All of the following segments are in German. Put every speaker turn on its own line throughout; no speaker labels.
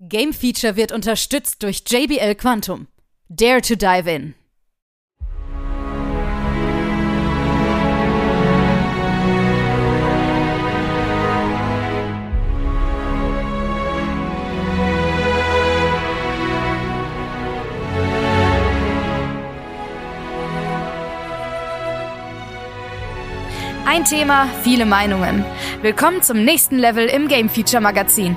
Game Feature wird unterstützt durch JBL Quantum. Dare to dive in. Ein Thema, viele Meinungen. Willkommen zum nächsten Level im Game Feature Magazin.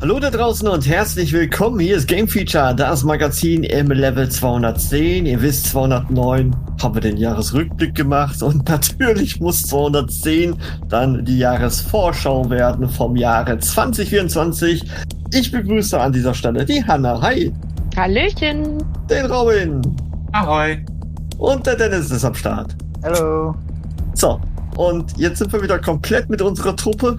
Hallo da draußen und herzlich willkommen. Hier ist Game Feature, das Magazin im Level 210. Ihr wisst, 209 haben wir den Jahresrückblick gemacht und natürlich muss 210 dann die Jahresvorschau werden vom Jahre 2024. Ich begrüße an dieser Stelle die Hanna. Hi,
Hallöchen.
den Robin
Ahoi.
und der Dennis ist am Start.
Hallo.
So, und jetzt sind wir wieder komplett mit unserer Truppe.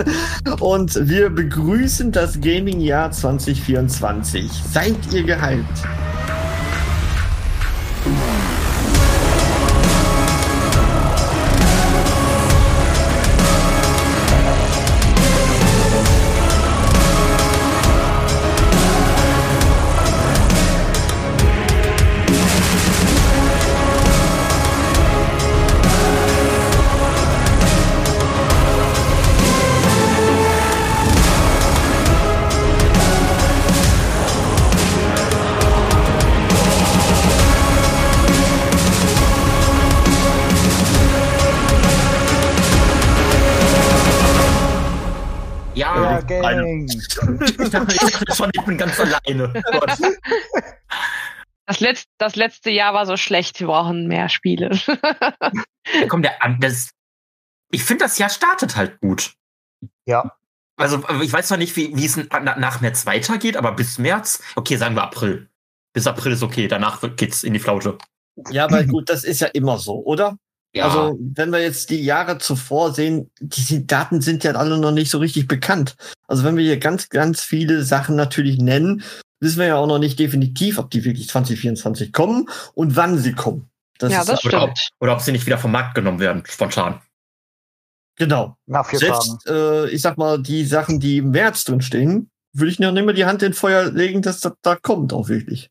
und wir begrüßen das Gaming-Jahr 2024. Seid ihr gehypt?
Ja,
Ja,
Gaming.
ich dachte, ich dachte schon, ich bin ganz alleine. Gott.
Das, Letz das letzte Jahr war so schlecht, wir brauchen mehr Spiele.
Da kommt der an. Das, ich finde, das Jahr startet halt gut.
Ja.
Also, ich weiß noch nicht, wie wie es na- nach März weitergeht, aber bis März, okay, sagen wir April. Bis April ist okay, danach wird- geht's in die Flaute.
Ja, aber gut, das ist ja immer so, oder? Also, wenn wir jetzt die Jahre zuvor sehen, diese Daten sind ja alle noch nicht so richtig bekannt. Also, wenn wir hier ganz, ganz viele Sachen natürlich nennen, wissen wir ja auch noch nicht definitiv, ob die wirklich 2024 kommen und wann sie kommen. Das
ja,
ist
das
aber-
aber-
stimmt.
Oder ob sie nicht wieder vom Markt genommen werden, spontan.
Genau.
Nach vier Tagen.
Selbst, äh, ich sag mal, die Sachen, die im März drin stehen, würde ich noch nicht mal die Hand in Feuer legen, dass das da kommt auch wirklich.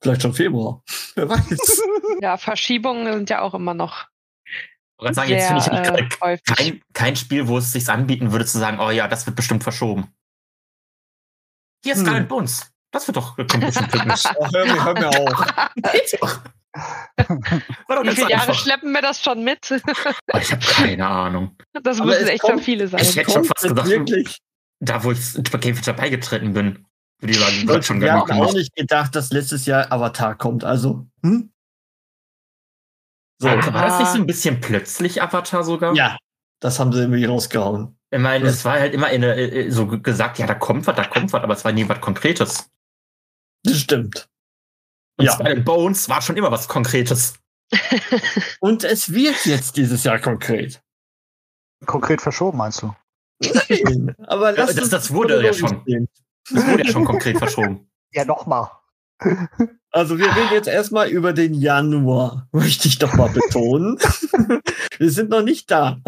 Vielleicht schon Februar. Wer weiß.
Ja, Verschiebungen sind ja auch immer noch
Ich wollte sagen, Ah, jetzt
sehr
finde ich
äh,
gerade
häufig.
kein, kein Spiel, wo es sich anbieten würde, zu sagen, oh ja, das wird bestimmt verschoben. Hier ist
Hm.
Scarlet Bones. Das wird doch, kommt bestimmt nicht.
Ach, hör mir, hör mir auf.
War doch
Wie
ganz
viele Jahre
einfach.
schleppen wir das schon mit?
Oh, Ich habe keine Ahnung.
Das
Aber
müssen
es
echt
kommt-
schon viele sein.
es- hätte schon fast
jetzt
gedacht,
wirklich.
Da, wo ich bei Game Feature beigetreten bin, würde ich sagen, wird schon
Wir
genug
haben auch
gemacht.
nicht gedacht, dass letztes Jahr Avatar kommt. Also, hm? So,
Aber war das
Ah.
nicht so ein bisschen plötzlich Avatar sogar?
ja, das haben sie irgendwie rausgehauen.
Ich meine, es war halt immer in der, äh, so ge- gesagt, ja, da kommt was, da kommt was, aber es war nie was Konkretes.
Das stimmt.
Und
Ja.
Silent Bones war schon immer was Konkretes.
Und es wird jetzt dieses Jahr konkret.
Konkret verschoben, meinst du?
Nein, aber
Ja,
lass
das-
uns
das wurde ja schon.
stehen.
Das wurde ja schon konkret verschoben.
Ja, nochmal.
Also wir reden jetzt erstmal über den Januar, möchte ich doch mal betonen. wir sind noch nicht da.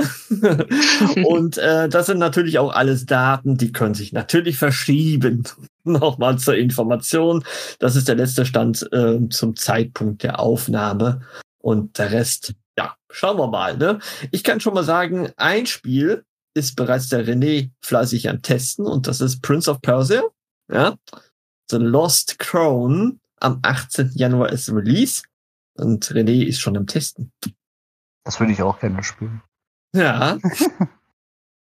Und äh, das sind natürlich auch alles Daten, die können sich natürlich verschieben. Nochmal zur Information. Das ist der letzte Stand äh, zum Zeitpunkt der Aufnahme. Und der Rest, ja, schauen wir mal. Ne? Ich kann schon mal sagen, ein Spiel ist bereits der René fleißig am Testen und das ist Prince of Persia. Ja. The Lost Crown am 18. Januar ist Release und René ist schon am Testen.
Das würde ich auch gerne spielen.
Ja,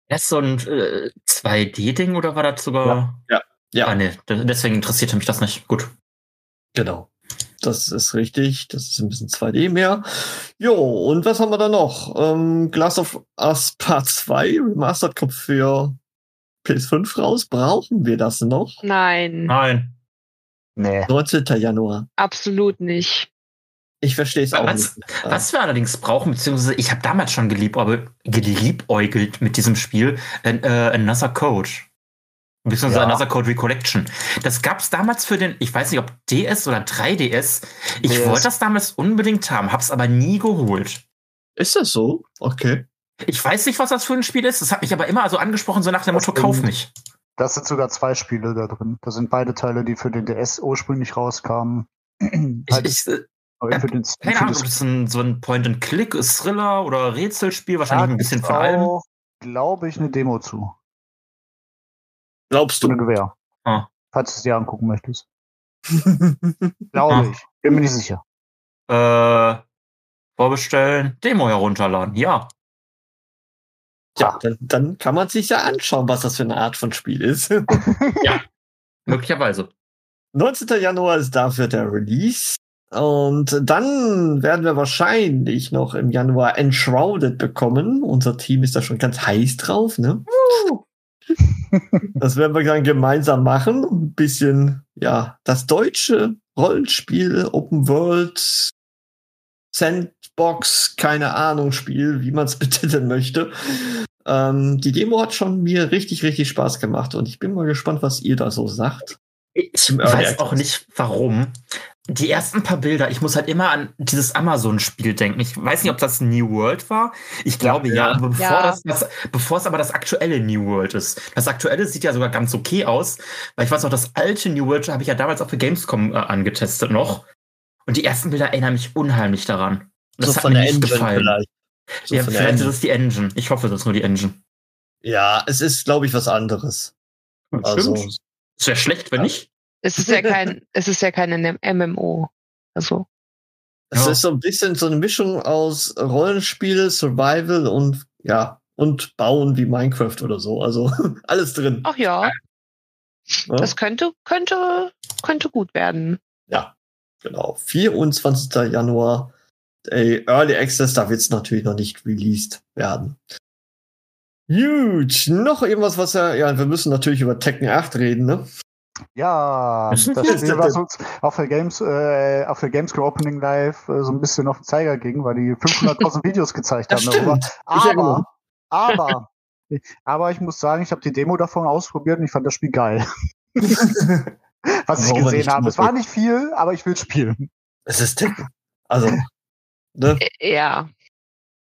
Das ist so ein äh, 2D-Ding oder war das sogar?
Ja. Ja.
Ah, nee, de- deswegen interessierte mich das nicht. Gut.
Genau. Das ist richtig. Das ist ein bisschen 2D mehr. Jo, und was haben wir da noch? Ähm, Glass of Us Part 2 Remastered kommt für PS5 raus. Brauchen wir das noch?
Nein,
Nein.
Nee.
19. Januar.
absolut nicht.
Ich verstehe es auch
Was-
nicht. Ah,
Was wir allerdings brauchen, beziehungsweise ich habe damals schon geliebäugelt, geliebäugelt mit diesem Spiel, an- äh, Another Code. Beziehungsweise
Ja.
Another Code Recollection. Das gab es damals für den, ich weiß nicht, ob DS oder 3DS. Ich
DS.
wollte das damals unbedingt haben, hab's aber nie geholt.
Ist das so? Okay.
Ich weiß nicht, was das für ein Spiel ist. Das hat mich aber immer so angesprochen, so nach dem
Das
Motto, kauf
Ding.
mich.
Das sind sogar zwei Spiele da drin. Da sind beide Teile, die für den DS ursprünglich rauskamen.
Ich,
Halt
ich, äh,
neu für den für
keine Ahnung,
das-
ob das ein, so ein Point-and-Click-Thriller oder Rätselspiel, wahrscheinlich ein bisschen von allem.
glaube ich, eine Demo zu.
Glaubst
Zu einem
du?
Gewehr.
Ah.
Falls du es dir angucken möchtest. Glaube
Ah.
ich. Bin mir nicht sicher.
Äh, vorbestellen, Demo herunterladen, ja.
ja, dann, dann kann man sich ja anschauen, was das für eine Art von Spiel ist.
Möglicherweise.
19. Januar ist dafür der Release. Und dann werden wir wahrscheinlich noch im Januar Enshrouded bekommen. Unser Team ist da schon ganz heiß drauf, ne? Das werden wir dann gemeinsam machen. Ein bisschen, ja, das deutsche Rollenspiel, Open World, Sandbox, keine Ahnung, Spiel, wie man es betiteln möchte. Ähm, die Demo hat schon mir richtig, richtig Spaß gemacht. Und ich bin mal gespannt, was ihr da so sagt.
Ich
Im Early
weiß
Access.
auch nicht, warum. Die ersten paar Bilder, ich muss halt immer an dieses Amazon-Spiel denken. Ich weiß nicht, ob das New World war. Ich glaube ja,
Ja.
aber bevor,
Ja.
Das, das, bevor es aber das aktuelle New World ist. Das aktuelle sieht ja sogar ganz okay aus, weil ich weiß noch, das alte New World habe ich ja damals auf der Gamescom äh, angetestet noch. Und die ersten Bilder erinnern mich unheimlich daran. Das hat mir nicht gefallen.
vielleicht. So
ja,
von der
vielleicht ist
Engine.
es die Engine. Ich hoffe, das ist nur die Engine.
ja, es ist, glaube ich, was anderes. Also,
Es wäre schlecht, wenn
Ja.
nicht.
Es ist ja kein, es ist ja keine MMO. Also,
es
Ja.
ist so ein bisschen so eine Mischung aus Rollenspiel, Survival und ja, und Bauen wie Minecraft oder so. Also alles drin.
ach ja,
ne?
das könnte, könnte, könnte gut werden.
Genau. 24. Januar. Ey, Early Access darf jetzt natürlich noch nicht released werden. Huge. Noch irgendwas, was ja, ja, wir müssen natürlich über Tekken 8 reden, ne?
Ja, das
Was ist
das
Spiel,
denn?
was uns auf der Games, äh, auf der Gamescom Opening Live äh, so ein bisschen auf den Zeiger ging, weil die 500.000 Videos gezeigt haben darüber.
Ich erinnere mich.
Aber, aber, aber ich muss sagen, ich habe die Demo davon ausprobiert und ich fand das Spiel geil. was ich
Warum war
gesehen
nicht
habe. Es
genug?
war nicht viel, aber ich will spielen.
Es ist Tekken. Also, ne?
Ä- E-, Ja,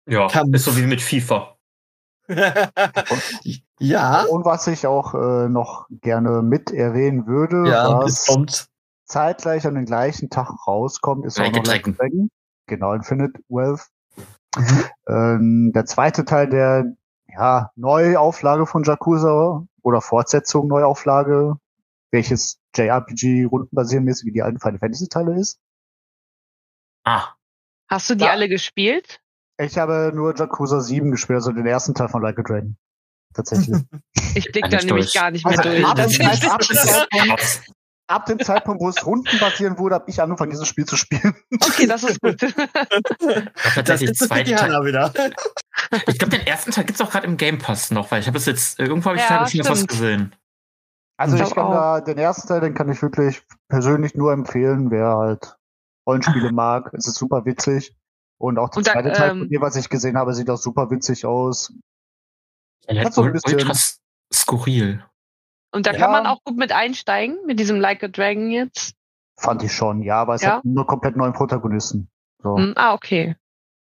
Ja,
Kampf.
ist so wie mit FIFA.
ja.
Und was ich auch äh, noch gerne mit erwähnen würde,
Ja, es
was
kommt.
zeitgleich an den gleichen Tag rauskommt, ist auch
Like
noch
a Dragon.
Like a Dragon. Genau, Infinite Wealth.
Mhm.
Ähm, der zweite Teil der ja, Neuauflage von Yakuza oder Fortsetzung Neuauflage, welches JRPG rundenbasiermäßig wie die alten Final Fantasy Teile ist.
Ah,
hast du die
Ja.
alle gespielt?
Ich habe nur Yakuza 7 gespielt, also den ersten Teil von Like a Dragon. Tatsächlich.
Ich blick
Kann
da
ich
nämlich
durch.
gar nicht mehr
Also,
durch.
ab,
Das
dem Zeit-
ist-
ab, dem Zeitpunkt,
krass.
ab dem Zeitpunkt, wo es rundenbasierend wurde, habe ich angefangen, dieses Spiel zu spielen.
Okay, das ist gut.
Das
tatsächlich
ist das
zweiten Teil.
Indianer wieder.
Ich glaube, den ersten Teil gibt's auch gerade im Game Pass noch, weil ich habe es jetzt, äh, irgendwo habe ich
Ja,
ja, schon was
stimmt.
gesehen.
Also
Ich
ich,
glaub
kann
auch.
da den ersten Teil, den kann ich wirklich persönlich nur empfehlen, wer halt Rollenspiele mag. Es ist super witzig. Und auch der
Und dann,
zweite Teil
ähm,
von dir, was ich gesehen habe, sieht auch super witzig aus.
Ja,
Hat so ein
Halt ul-
bisschen-
ultra s- skurril.
Und da
Ja.
kann man auch gut mit einsteigen, mit diesem Like a Dragon jetzt.
Fand ich schon, ja, aber es
Ja.
hat nur komplett neuen Protagonisten. So.
Hm, Ah, okay.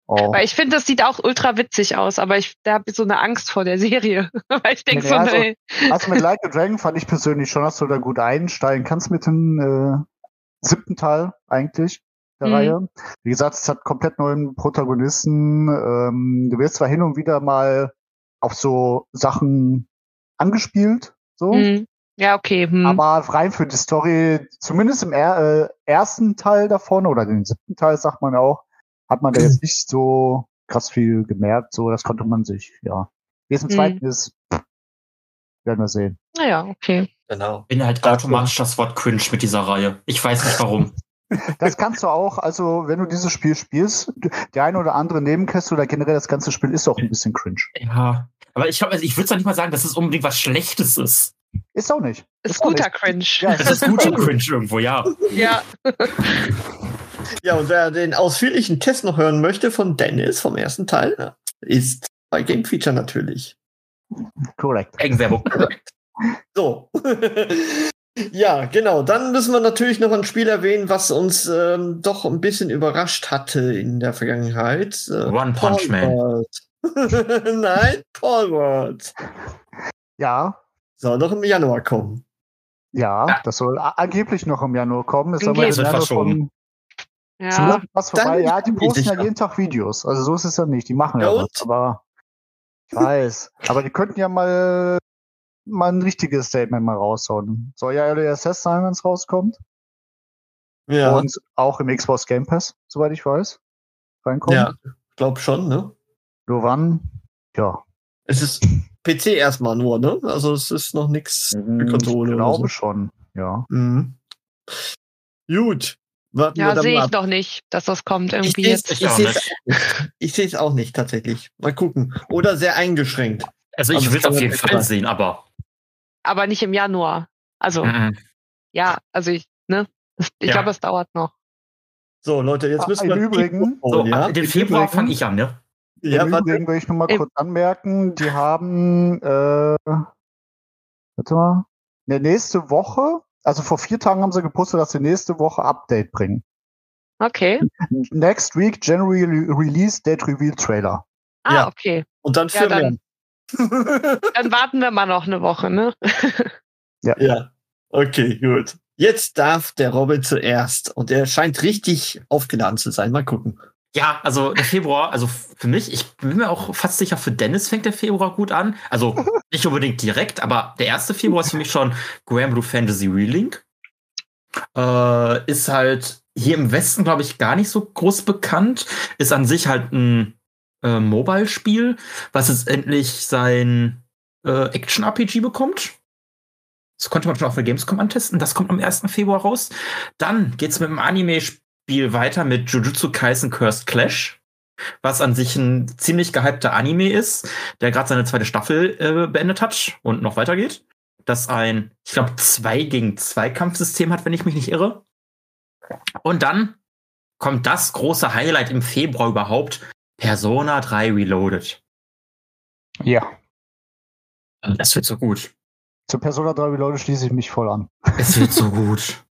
Oh.
Weil ich finde, das sieht auch ultra witzig aus, aber ich, da habe ich so eine Angst vor der Serie. Weil ich denke
Nee,
so,
also-
nee.
Also mit Like a Dragon fand ich persönlich schon, dass du da gut einsteigen kannst mit dem äh, siebten Teil eigentlich der
Mhm.
Reihe. Wie gesagt, es hat komplett neuen Protagonisten. Ähm, du wirst zwar hin und wieder mal auf so Sachen angespielt, so,
Hm. Ja, okay. Hm.
aber rein für die Story, zumindest im er, äh, ersten Teil davon oder den siebten Teil, sagt man auch, hat man da jetzt nicht so krass viel gemerkt. So, das konnte man sich, ja. Wie es im
Mhm.
zweiten ist, pff, werden wir sehen.
naja, okay.
Genau.
bin halt
Dazu.
automatisch das Wort cringe mit dieser Reihe. Ich weiß nicht warum.
Das kannst du auch, also wenn du dieses Spiel spielst, der eine oder andere Nebenquest oder generell das ganze Spiel ist auch ein bisschen cringe.
ja. Aber ich glaube, also ich würde es nicht mal sagen, dass es unbedingt was Schlechtes ist.
Ist auch nicht.
Ist
auch
guter
nicht.
Cringe.
Ja,
Das ist guter Cringe irgendwo, ja.
ja.
Ja, und wer den ausführlichen Test noch hören möchte von Dennis vom ersten Teil, ne, ist bei Game Feature natürlich.
korrekt.
Eigenwerbung.
So. ja, genau. Dann müssen wir natürlich noch ein Spiel erwähnen, was uns ähm, doch ein bisschen überrascht hatte in der Vergangenheit. Äh,
One Punch Man.
Forward. Nein, Forward.
Ja,
Soll doch im Januar kommen.
Ja, das soll a- angeblich noch im Januar kommen. Ist aber
Angeblich.
im Januar
Das wird
schon schon
ja.
lang was vorbei.
Dann-
Ja, die posten ja
sicher.
jeden Tag Videos. Also so ist es ja nicht. Die machen ja,
Ja,
was. Aber ich weiß. aber die könnten ja mal mal ein richtiges Statement mal raushauen. Soll ja Early Access sein, wenn es rauskommt.
Ja,
Und auch im Xbox Game Pass, soweit ich weiß, reinkommen.
ja. glaub schon, ne?
Nur wann? Ja.
Es ist PC erstmal nur, ne? Also es ist noch nichts für Konsole.
Mhm, ich
oder
glaube
so.
schon. Ja.
Mhm. Gut. Warten wir
Ja,
dann
sehe
mal
ich
ab.
noch nicht, dass das kommt
Ich
irgendwie
sehe es
jetzt.
Ich auch nicht.
ich seh's auch nicht tatsächlich. Mal gucken. Oder sehr eingeschränkt.
Also ich
Also
will es
kann
auf
man
jeden
nicht
Fall
sagen.
sehen, aber.
Aber nicht im Januar. Also,
Mhm.
ja, also ich, ne? Ich
Ja.
glaube, es dauert noch.
So, Leute, jetzt
Ah,
müssen
im
wir.
Übrigen-
So,
Oh, ja.
ab den Februar
Übrigen-
fange ich an, ne?
ja,
Im
warte.
Übrigen will ich nur mal
Im-
kurz anmerken, die haben, äh, warte mal, ne, nächste Woche, also vor vier Tagen haben sie gepostet, dass sie nächste Woche Update bringen.
Okay.
Mhm. Next week, January Re- Release, Date Reveal Trailer.
Ah,
Ja.
okay.
Und dann
Ja,
für
dann-
mehr.
Dann warten wir mal noch eine Woche, ne?
ja. Okay, gut. Jetzt darf der Robin zuerst. Und er scheint richtig aufgeladen zu sein. Mal gucken.
Ja, also der Februar, also f- für mich, ich bin mir auch fast sicher, für Dennis fängt der Februar gut an. Also nicht unbedingt direkt, aber der erste Februar ist für mich schon Grand Blue Fantasy Relink. Äh, ist halt hier im Westen, glaube ich, gar nicht so groß bekannt. Ist an sich halt ein äh, Mobile-Spiel, was jetzt endlich sein äh, Action-RPG bekommt. Das konnte man schon auf der Gamescom antesten. Das kommt am 1. Februar raus. Dann geht's mit dem Anime-Spiel weiter mit Jujutsu Kaisen Cursed Clash, was an sich ein ziemlich gehypter Anime ist, der gerade seine zweite Staffel äh, beendet hat und noch weitergeht. Das ein, ich glaube, 2 gegen 2 Kampfsystem hat, wenn ich mich nicht irre. Und dann kommt das große Highlight im Februar überhaupt, Persona 3 Reloaded.
Ja.
Das wird so gut.
Zu Persona 3 Leute schließe ich mich voll an.
Es wird so gut.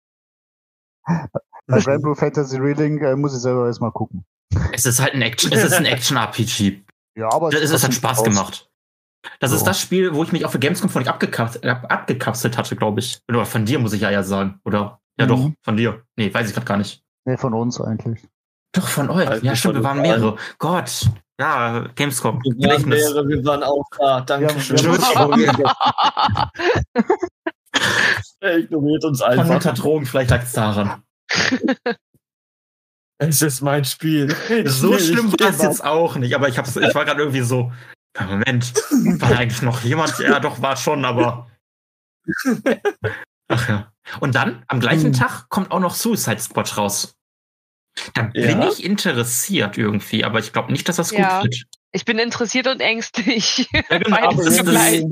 Bei Rainbow Fantasy Reeling äh, muss ich selber erstmal gucken.
Es ist halt ein Action, es ist ein Action-RPG.
Ja, aber
Das, das hat
trotzdem
Spaß
aus.
gemacht. Das ist
So.
das Spiel, wo ich mich auf der Gamescom von abgekapselt, ab, abgekapselt hatte, glaube ich. Oder von dir, muss ich ja ja sagen. Oder? Ja,
Mhm.
doch, von dir. Nee, weiß ich gerade gar nicht.
Nee, von uns eigentlich.
Doch, von euch.
Also
ja,
von
stimmt, wir
uns
waren mehrere. Gott. Ja, Gamescom.
Wir waren,
Gedächtnis.
wäre, wir waren auch da. Dankeschön.
Ja,
Ja, er ignoriert uns
Von
einfach.
Metatrogen, vielleicht lag es daran.
Es ist mein Spiel.
So
Ich-
schlimm
ich-
war es jetzt auch nicht, aber ich, hab's, ich war gerade irgendwie so. ja, Moment, war da eigentlich noch jemand? Ja, doch, war schon, aber. Ach ja. Und dann, am
Hm.
gleichen Tag, kommt auch noch Suicide Squad raus. Da bin
Ja.
ich interessiert irgendwie, aber ich glaube nicht, dass das
Ja.
gut wird.
Ich bin interessiert und ängstlich.
Ja,
Beides
das- das-
zugleich.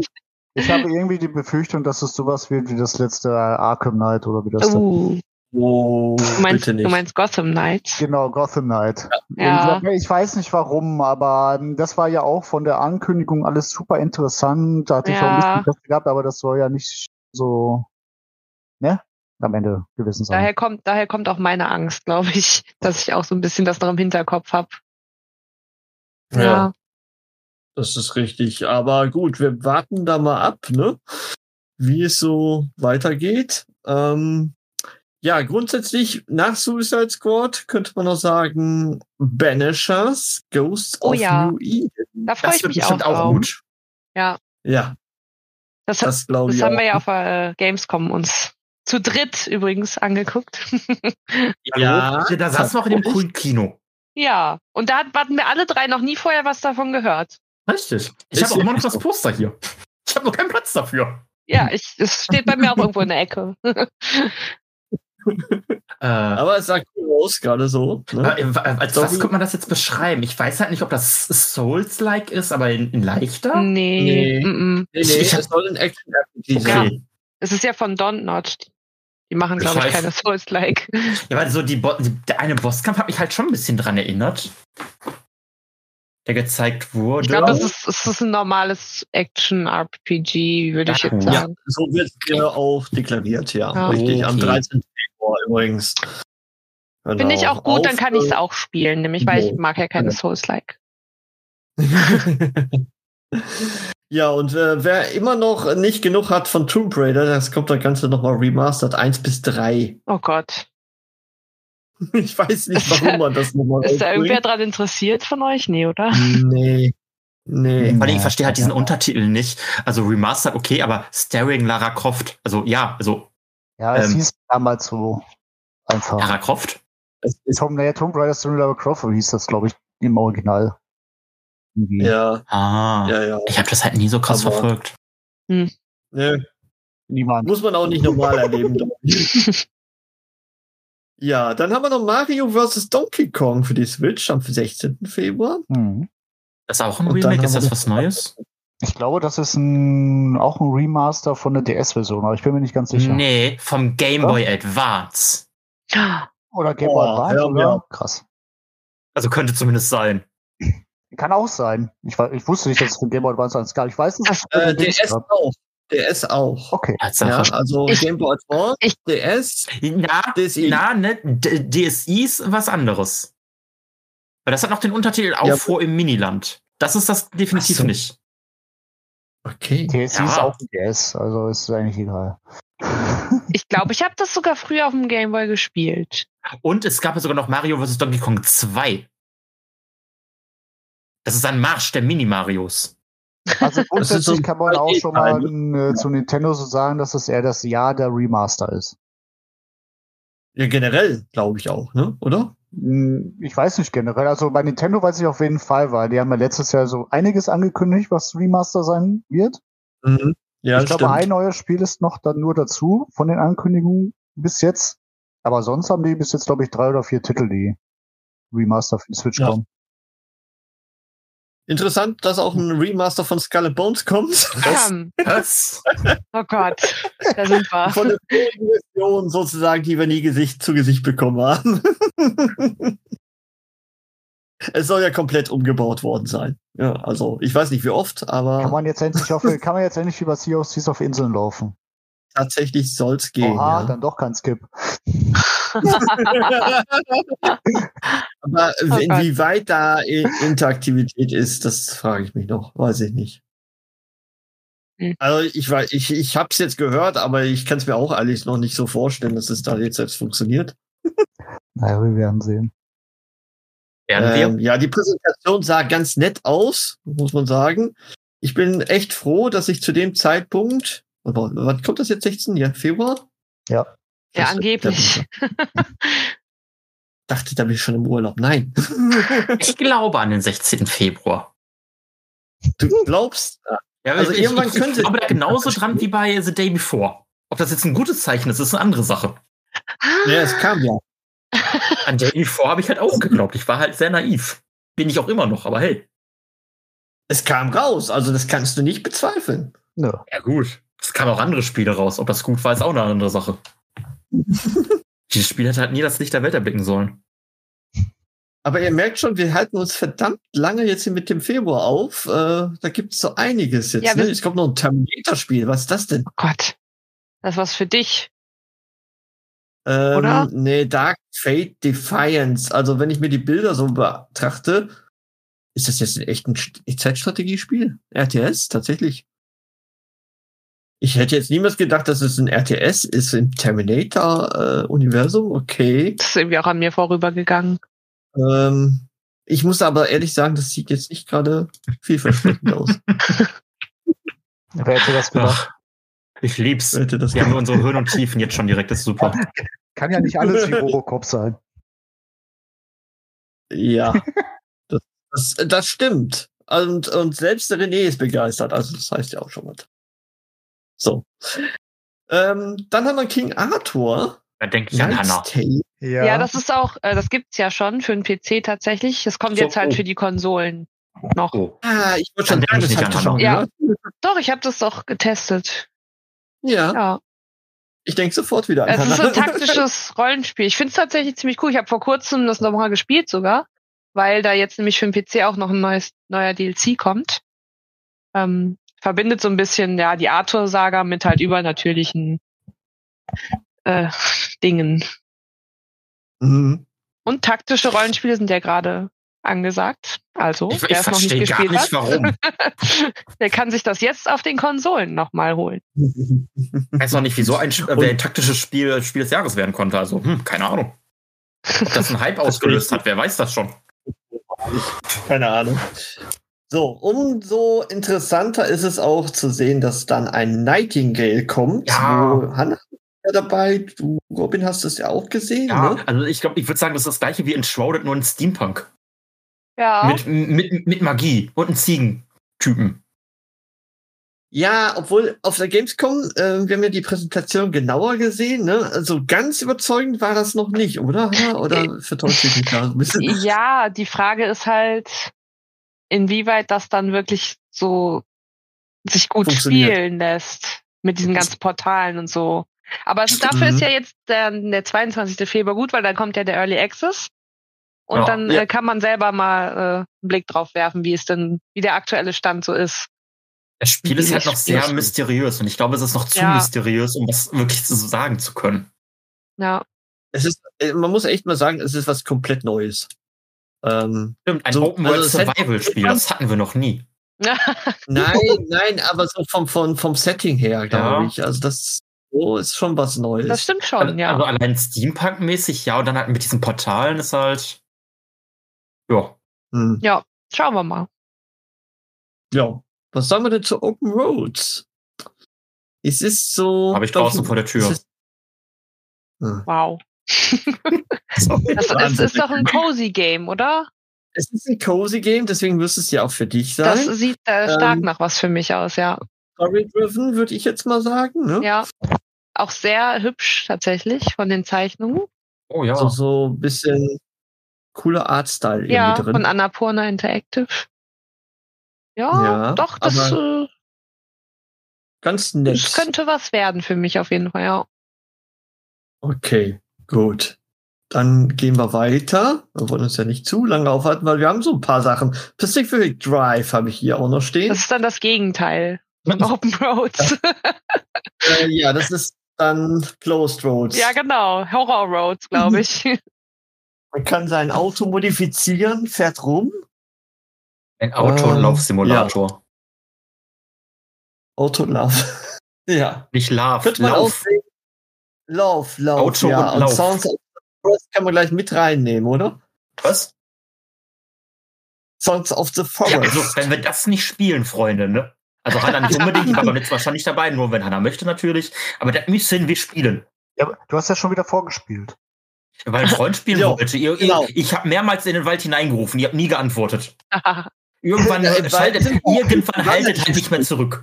Ich habe irgendwie die Befürchtung, dass es sowas wird wie das letzte äh, Arkham Knight oder wie das da-
Uh,
Oh,
du, meinst,
bitte nicht.
du meinst Gotham Knights.
Genau, Gotham Knight.
Ja.
Ich, ich weiß nicht warum, aber ähm, das war ja auch von der Ankündigung alles super interessant. Da hatte ich auch ein
Ja.
bisschen Interesse gehabt, aber das soll ja nicht so, ne? Am Ende gewesen sein.
Daher kommt, daher kommt auch meine Angst, glaube ich, dass ich auch so ein bisschen das noch im Hinterkopf habe.
ja. Das ist richtig. Aber gut, wir warten da mal ab, ne? Wie es so weitergeht. Ähm, ja, grundsätzlich nach Suicide Squad könnte man noch sagen, Banishers, Ghosts
Oh
of
ja.
New Eden.
Da freue
Das
ich
wird
mich auch
bestimmt auch
drauf.
gut.
Ja,
Das, das,
das glaube ich.
haben
auch.
wir ja auf der äh, Gamescom uns zu dritt übrigens angeguckt.
Ja.
Hallo? da saßen wir auch in dem coolen Kino.
ja, und da hat- hatten wir alle drei noch nie vorher was davon gehört.
Richtig. Ich
Ist
habe auch immer noch
wirklich
das Poster hier. Ich habe noch keinen Platz dafür.
Ja, ich, es steht bei mir auch irgendwo in der Ecke.
Äh,
Aber es sah cool aus, gerade so. Ne?
äh, als
Sorry.
was könnte man das jetzt beschreiben? Ich weiß halt nicht, ob das Souls-like ist, aber in, in leichter.
Hm,
nee.
Nee.
mhm.
Nee,
Ich-
nee,
ich hab-
es soll ein Action-RPG sein.
Okay. Es ist ja von Dontnod. Die machen, glaube ich,
Scheiße.
keine Souls-like.
Ja, weil so die Bo die, der eine Bosskampf hat mich halt schon ein bisschen dran erinnert. Der gezeigt wurde.
Ich glaube, es ist, es ist ein normales Action-RPG, würde ich
Ja,
jetzt
ja.
sagen.
So wird ja auch deklariert, ja.
Ah,
Richtig, am
okay.
13. Februar übrigens. Genau.
Finde
Genau.
ich auch gut, dann kann ich es
auch.
auch spielen, nämlich weil ich
Nee.
mag ja keine
Ja.
Souls-like.
ja, und äh, wer immer noch nicht genug hat von Tomb Raider, das kommt das Ganze nochmal remastered 1 bis 3.
Oh Gott.
Ich weiß nicht, warum man das nochmal
Ist da irgendwer
rausbringt.
dran interessiert von euch? Nee, oder?
Nee. Nee.
Vor allem, ich verstehe halt diesen Untertitel nicht. Also Remastered, okay, aber Staring Lara Croft. Also ja, also
Ja, es
Ähm.
hieß damals so einfach.
Lara Croft.
Es ist,
Tom, naja, Tomb Raider Story Lara Croft hieß das, glaube ich, im Original. Irgendwie.
ja,
Ah.
ja, ja.
Ich habe das halt nie so krass
Aber-
verfolgt.
Nee.
Niemand.
Muss man auch nicht normal erleben. glaub ich. ja, dann haben wir noch Mario vs. Donkey Kong für die Switch am 16. Februar.
Hm.
Das ist auch ein
Und dann
Remake, ist
haben
das
wir-
was Neues?
Ich glaube, das ist ein, auch ein Remaster von der DS-Version, aber ich bin mir nicht ganz sicher.
Nee, vom Game
Ja.
Boy Advance.
Oder Game Boy
Oh,
Advance,
ja,
oder?
ja.
Krass.
Also könnte zumindest sein.
Kann auch sein. Ich, wa- ich wusste nicht, dass es von Game Boy Advance eins gab. Ich weiß nicht. ob es
Äh,
den Dings
DS
gab.
auch. DS auch.
Okay.
Ja,
Tatsache.
also
Ich-
Game Boy Advance,
ich-
DS,
Na,
DSi.
na, ne, D- DSI ist was anderes. Weil das hat noch den Untertitel
Ja.
Aufruhr im Miniland. Das ist das definitiv
Ach so.
nicht.
Okay.
DSI ist
Ja.
auch ein DS, also ist eigentlich egal. Also
Ich glaube, ich habe das sogar früher auf dem Gameboy gespielt.
Und es gab ja sogar noch Mario vs. Donkey Kong 2. Das ist ein Marsch der Mini-Marios.
Also
so
grundsätzlich
ein ne?
kann man auch schon mal
Qualitätsteil,
äh, zu Nintendo so sagen, dass es eher das Jahr der Remaster ist.
Ja, generell glaube ich auch, ne? Oder?
Hm, Ich weiß nicht generell. Also bei Nintendo weiß ich auf jeden Fall, weil die haben ja letztes Jahr so einiges angekündigt, was Remaster sein wird.
Mhm. Ja,
ich glaube, ein neues Spiel ist noch dann nur dazu von den Ankündigungen bis jetzt. Aber sonst haben die bis jetzt, glaube ich, drei oder vier Titel, die Remaster für die Switch
Ja.
kommen.
Interessant, dass auch ein Remaster von Skull and Bones kommt.
Ähm,
Was?
oh Gott, da sind wir.
Von der vorigen Version sozusagen, die wir nie Gesicht zu Gesicht bekommen haben. es soll ja komplett umgebaut worden sein. Ja, also ich weiß nicht wie oft,
Kann
aber
man jetzt endlich auf, kann man jetzt endlich über Sea of Thieves auf Inseln laufen?
tatsächlich soll's gehen.
Oha,
ja.
dann doch kein Skip.
Aber
Oh
Gott.
inwieweit da I- Interaktivität ist, das frage ich mich noch. Weiß ich nicht.
Hm.
Also ich weiß, ich, ich habe es jetzt gehört, aber ich kann es mir auch eigentlich noch nicht so vorstellen, dass es da jetzt selbst funktioniert.
Naja, wir werden sehen.
Werden wir?
Ähm, ja, die Präsentation sah ganz nett aus, muss man sagen. Ich bin echt froh, dass ich zu dem Zeitpunkt, aber wann kommt das jetzt 16? Ja, Februar?
Ja.
Ja,
Das-
angeblich.
Dachte, da bin ich schon im Urlaub. Nein. Ähm.
Ich glaube an den 16. Februar.
Du glaubst,
Ja,
Also
ich,
irgendwann
ich, ich,
könnte-
ich glaube da genauso dran wie bei The Day Before. Ob das jetzt ein gutes Zeichen ist, ist eine andere Sache.
ja, es kam ja.
An Day Before habe ich halt auch geglaubt. Ich war halt sehr naiv. Bin ich auch immer noch, aber hey.
Es kam raus, also das kannst du nicht bezweifeln.
Nö.
Ja, gut. Es kamen auch andere Spiele raus. Ob das gut war, ist auch eine andere Sache. Dieses Spiel hätte halt nie das Licht der Welt erblicken sollen.
Aber ihr merkt schon, wir halten uns verdammt lange jetzt hier mit dem Februar auf. Äh, da gibt es so einiges jetzt.
Ja, wir-
ne? Es kommt noch ein Terminator-Spiel. Was ist das denn?
Oh Gott, das war's für dich.
Ähm,
Oder?
Nee, Dark Fate Defiance. Also wenn ich mir die Bilder so betrachte, ist das jetzt echt ein St- Zeitstrategiespiel? RTS, tatsächlich. Ich hätte jetzt niemals gedacht, dass es ein RTS ist im Terminator-Universum. okay.
Das ist irgendwie auch an mir vorübergegangen.
Ähm, ich muss aber ehrlich sagen, das sieht jetzt nicht gerade vielversprechend aus.
Wer hätte das gedacht?
Ach, ich lieb's.
Hätte das
Wir haben unsere Höhen und Tiefen jetzt schon direkt. Das ist super.
Kann ja nicht alles wie Robocop sein.
ja, das, das, das stimmt. Und, und selbst der René ist begeistert. Also das heißt ja auch schon was. So. Ähm, dann haben wir King Arthur.
Da denke ich an
Knight's
Hannah.
Tale.
Ja, das ist auch, äh, das gibt's ja schon für den PC tatsächlich. Das kommt
So,
jetzt halt
oh.
für die Konsolen noch.
Oh.
Ah, ich wollte schon sagen,
Dann denk
das
ich nicht
habt ihr
an
schon
Hannah.
gehört.
Doch, ich habe das doch getestet.
Ja,
Ja.
ich denke sofort wieder an
Es ist
Hannah.
ein taktisches Rollenspiel. Ich finde es tatsächlich ziemlich cool. Ich habe vor kurzem das nochmal gespielt sogar, weil da jetzt nämlich für den PC auch noch ein neues, neuer DLC kommt. Ähm, verbindet so ein bisschen ja die Arthur-Saga mit halt übernatürlichen äh, Dingen.
Mhm.
Und taktische Rollenspiele sind ja gerade angesagt. Also,
Ich, ich
wer es noch nicht
verstehe gar
gespielt
nicht,
hat,
warum.
der kann sich das jetzt auf den Konsolen nochmal holen.
Ich weiß noch nicht, wieso ein, Sch- äh, wer ein taktisches Spiel, Spiel des Jahres werden konnte. Also, hm, keine Ahnung. Ob das einen Hype ausgelöst hat, wer weiß das schon.
Keine Ahnung. So, umso interessanter ist es auch zu sehen, dass dann ein Nightingale kommt.
Ja.
Wo Hannah ist ja dabei. Du, Robin, hast es ja auch gesehen,
Ja,
ne?
also ich glaube, ich würde sagen, das ist das gleiche wie Enshrouded, nur ein Steampunk.
Ja.
Mit, mit, mit Magie und einem Ziegentypen.
Ja, obwohl auf der Gamescom, äh, wir haben ja die Präsentation genauer gesehen, ne? Also ganz überzeugend war das noch nicht, oder? Hannah? Oder vertäuscht ich mich da ein bisschen?
Ja, die Frage ist halt, inwieweit das dann wirklich so sich gut
Funktioniert.
spielen lässt mit diesen ganzen Portalen und so. Aber es,
Stimmt.
dafür ist ja jetzt der, der 22. Februar gut, weil dann kommt ja der Early Access. Und
Ja.
dann
Ja.
Äh, kann man selber mal äh, einen Blick drauf werfen, wie es denn, wie der aktuelle Stand so ist.
Das Spiel ist halt noch
Ja,
sehr
stimmt.
mysteriös und ich glaube, es ist noch zu
Ja.
mysteriös, um das wirklich so sagen zu können.
Ja.
Es ist, äh, man muss echt mal sagen, es ist was komplett Neues. Ähm,
Stimmt, ein
So,
Open World
also es hat-
Survival Spiel, das hatten wir noch nie.
Nein, nein, aber so vom, vom, vom Setting her, glaube
Ja.
ich. Also das so ist schon was Neues.
das stimmt schon,
Also, also
ja.
allein Steampunk-mäßig, ja, und dann halt mit diesen Portalen ist halt. Ja.
Hm.
Schauen wir mal.
Ja. Was sagen wir denn zu Open Roads? Es ist so.
Habe ich
glaub
draußen vor der Tür.
es ist- Hm.
Wow. Das ist,
Wahnsinn.
ist doch ein cozy Game, oder?
Es ist ein cozy Game, deswegen müsste es ja auch für dich
Das
sein.
sieht äh, stark
Ähm,
nach was für mich aus, ja.
Story-driven, würde ich jetzt mal sagen. Ne?
Ja, auch sehr hübsch tatsächlich von den Zeichnungen.
Oh ja.
So, so ein bisschen cooler Artstyle irgendwie
Ja,
drin.
von Annapurna Interactive. Ja,
Ja,
doch, das, äh,
Ganz nett.
das könnte was werden für mich auf jeden Fall, ja.
Okay, gut. Dann gehen wir weiter. Wir wollen uns ja nicht zu lange aufhalten, weil wir haben so ein paar Sachen. Pacific Drive habe ich hier auch noch stehen.
Das ist dann das Gegenteil. Open Roads.
äh, ja, das ist dann Closed Roads.
ja, genau. Horror Roads, glaube ich.
Man kann sein Auto modifizieren, fährt rum.
Ein
Autolaufsimulator.
Autolaufsimulator.
ähm, Auto und Lauf. ja.
Nicht Lauf,
Könnte man auch
Lauf.
sehen. Lauf, Lauf.
Auto
ja.
und Lauf.
Sounds of the Forest kann man gleich mit reinnehmen, oder?
Was?
Sounds of the
Ja,
Forest.
also, wenn wir das nicht spielen, Freunde, ne? Also Hannah nicht unbedingt, ich war beim letzten Mal schon nicht dabei, nur wenn Hannah möchte natürlich. Aber das müssen wir spielen.
Ja, aber du hast ja schon wieder vorgespielt.
Weil ein Freund spielen
Ja,
wollte. Ihr,
genau.
ihr, ich habe mehrmals in den Wald hineingerufen, ihr habt nie geantwortet. Irgendwann
Ja, im
schaltet,
Wald-
irgendwann haltet halt nicht mehr zurück.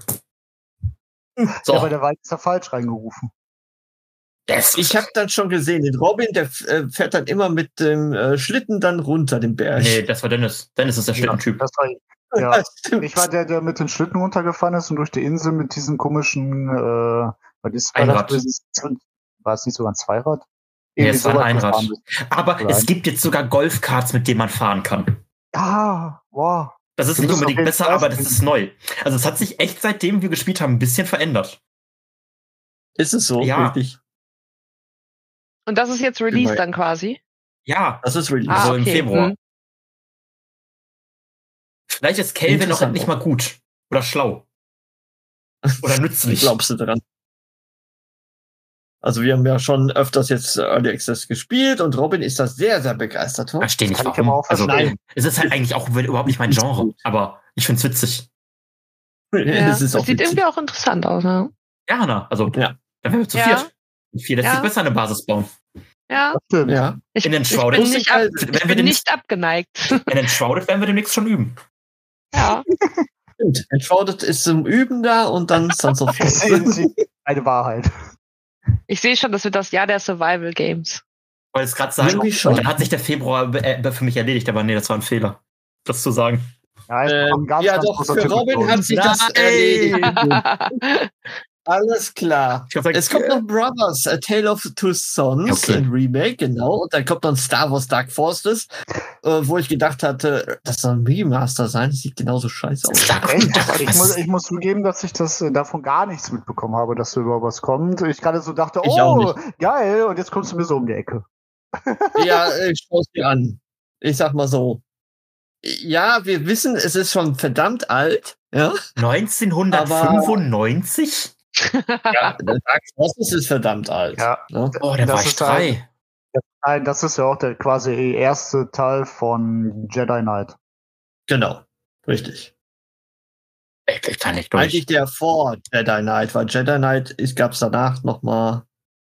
Ja, aber
So,
der Wald ist ja falsch reingerufen.
das,
Ich habe dann schon gesehen, den Robin, der f- äh, fährt dann immer mit dem äh, Schlitten dann runter den Berg.
Nee, das war Dennis. Dennis ist der
Ja,
Schlittentyp.
Das war ich. Ja.
Stimmt.
Ich war der, der mit den Schlitten runtergefahren ist und durch die Insel mit diesem komischen, äh, was ist war
Einrad.
das? gewesen? War es nicht sogar ein Zweirad?
Nee,
Irgendwie
es war ein
sowas
Einrad.
gefahren bist.
Aber
Oder
es
ein-
gibt jetzt sogar Golfkarts, mit denen man fahren kann.
Ah, wow.
Das ist
Wir
nicht
müssen auf
unbedingt
jeden
besser,
Fall
aber das
spielen.
ist neu. Also es hat sich echt seitdem wir gespielt haben ein bisschen verändert.
Ist es so?
Ja.
Wirklich?
Und das ist jetzt Release
Überall.
dann quasi.
Ja,
Das ist Release.
Ah. So im Februar.
hm.
vielleicht ist Calvin noch
Interessant.
endlich mal gut. Oder schlau. Oder nützlich.
Glaubst du daran? Also wir haben ja schon öfters jetzt Early Access gespielt und Robin ist da sehr, sehr begeistert von.
Verstehe nicht
ne? Kann ich
warum.
aber auch
also,
verstehen.
es ist halt eigentlich auch überhaupt nicht mein
Ist
Genre,
gut.
aber ich find's witzig.
Ja.
Das ist auch
sieht
witzig.
irgendwie auch interessant aus, ne?
Ja, Hanna, also
Ja.
dann wären wir zu
Ja.
viert. Mit Vier lässt
Ja.
sich besser eine Basis bauen.
Ja,
Das stimmt.
Ja.
ich,
In den
ich
Shrouded.
bin, nicht, ab,
Wenn
ich
wir
bin
den-
nicht abgeneigt.
Wenn entschwaudet, werden wir demnächst schon üben.
ja.
Stimmt. Entfordert ist zum Üben da und dann Sons of
Das
Fortune.
ist eine Wahrheit.
Ich sehe schon, das wird das Jahr der Survival Games.
Wollte es gerade sagen,
Irgendwie schon.
und dann hat sich der Februar be- äh, für mich erledigt, aber nee, das war ein Fehler. Das zu sagen.
Ja, jetzt noch ein
Ähm,
ganz,
ja,
ganz
doch,
großer
für
Tipp
Robin
gezogen.
hat sich das
Nein.
erledigt.
Ach
Alles klar.
Ich hab gesagt,
Es kommt noch Brothers, A Tale of Two Sons,
Okay.
ein Remake, genau. Und dann kommt noch Star Wars Dark Forces, äh, wo ich gedacht hatte, das soll ein Remaster sein, das sieht genauso scheiße aus.
Star Wars
Echt?
Dark
Ich muss,
Forces.
ich muss zugeben, dass ich das äh, davon gar nichts mitbekommen habe, dass da überhaupt was kommt. Ich gerade so dachte,
Ich auch
oh, geil, und jetzt kommst du mir so um die Ecke.
ja, äh, ich schaue es dir an. Ich sag mal so. Ja, wir wissen, es ist schon verdammt alt. Ja,
1995?
ja Dark Forces ist verdammt alt.
Ja.
Ne?
Oh, da
Das
war ich
ist halt-
drei.
Nein, das ist ja auch der quasi erste Teil von Jedi Knight.
Genau, richtig.
Ich, ich kann nicht durch.
Eigentlich der vor Jedi Knight, weil Jedi Knight gab es danach nochmal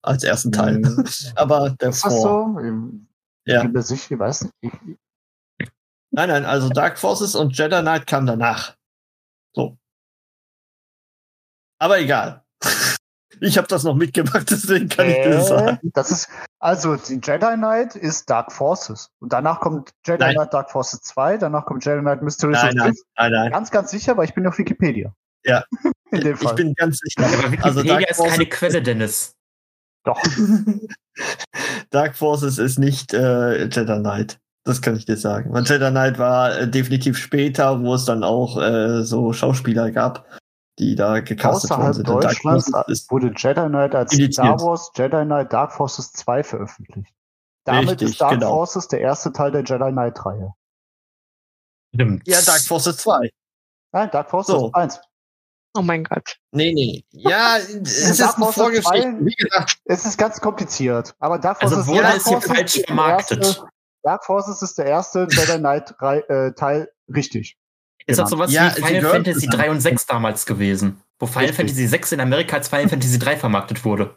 als ersten Teil.
Mhm.
Aber der
Ist
vor.
das so? Ähm,
Ja.
Ich bin mir sicher, ich weiß nicht. Ich-
Nein, nein, also Dark Forces und Jedi Knight kam danach. So. Aber egal. Ich habe das noch mitgemacht, deswegen kann ich
Äh,
dir sagen.
Das ist, also die Jedi Knight ist Dark Forces. Und danach kommt Jedi
Nein.
Knight Dark Forces 2, danach kommt Jedi Knight Mysteries
Nein,
of
nein,
Sith.
nein, nein.
Ganz, ganz sicher, weil ich bin auf Wikipedia.
Ja.
In dem Fall.
Ich bin ganz sicher.
Aber
Also
Wikipedia
Dark
ist
Forces-
keine Quelle, Dennis.
Doch.
Dark Forces ist nicht äh, Jedi Knight. Das kann ich dir sagen. Weil Jedi Knight war äh, definitiv später, wo es dann auch äh, so Schauspieler gab, die da gecastet worden
Außerhalb
sind. Und Dark
Deutschlands
Forces ist
wurde Jedi Knight als
Indiziert.
Star Wars Jedi Knight Dark Forces 2 veröffentlicht. Damit
Richtig,
ist Dark
genau.
Forces der erste Teil der Jedi Knight Reihe.
Stimmt.
ja, Dark Forces 2.
Nein, Dark Forces
So.
1.
oh mein Gott.
Nee, nee. Ja, es ist
Dark
eine
Forces
Vorgeschichte.
zwei-
Wie gesagt,
Es ist ganz kompliziert, aber Dark
Also
Forces
wurde
Dark
es hier
Forces
falsch
ist der
vermarktet.
erste- Dark Forces ist der erste Jedi Knight Rei- äh, Teil richtig.
Ist das
genannt.
sowas
genau. Ja,
wie
sie
Final
gehört
Fantasy
zusammen.
3 und 6 damals gewesen? Wo Final
Richtig.
Fantasy 6 in Amerika als Final Fantasy 3 vermarktet wurde.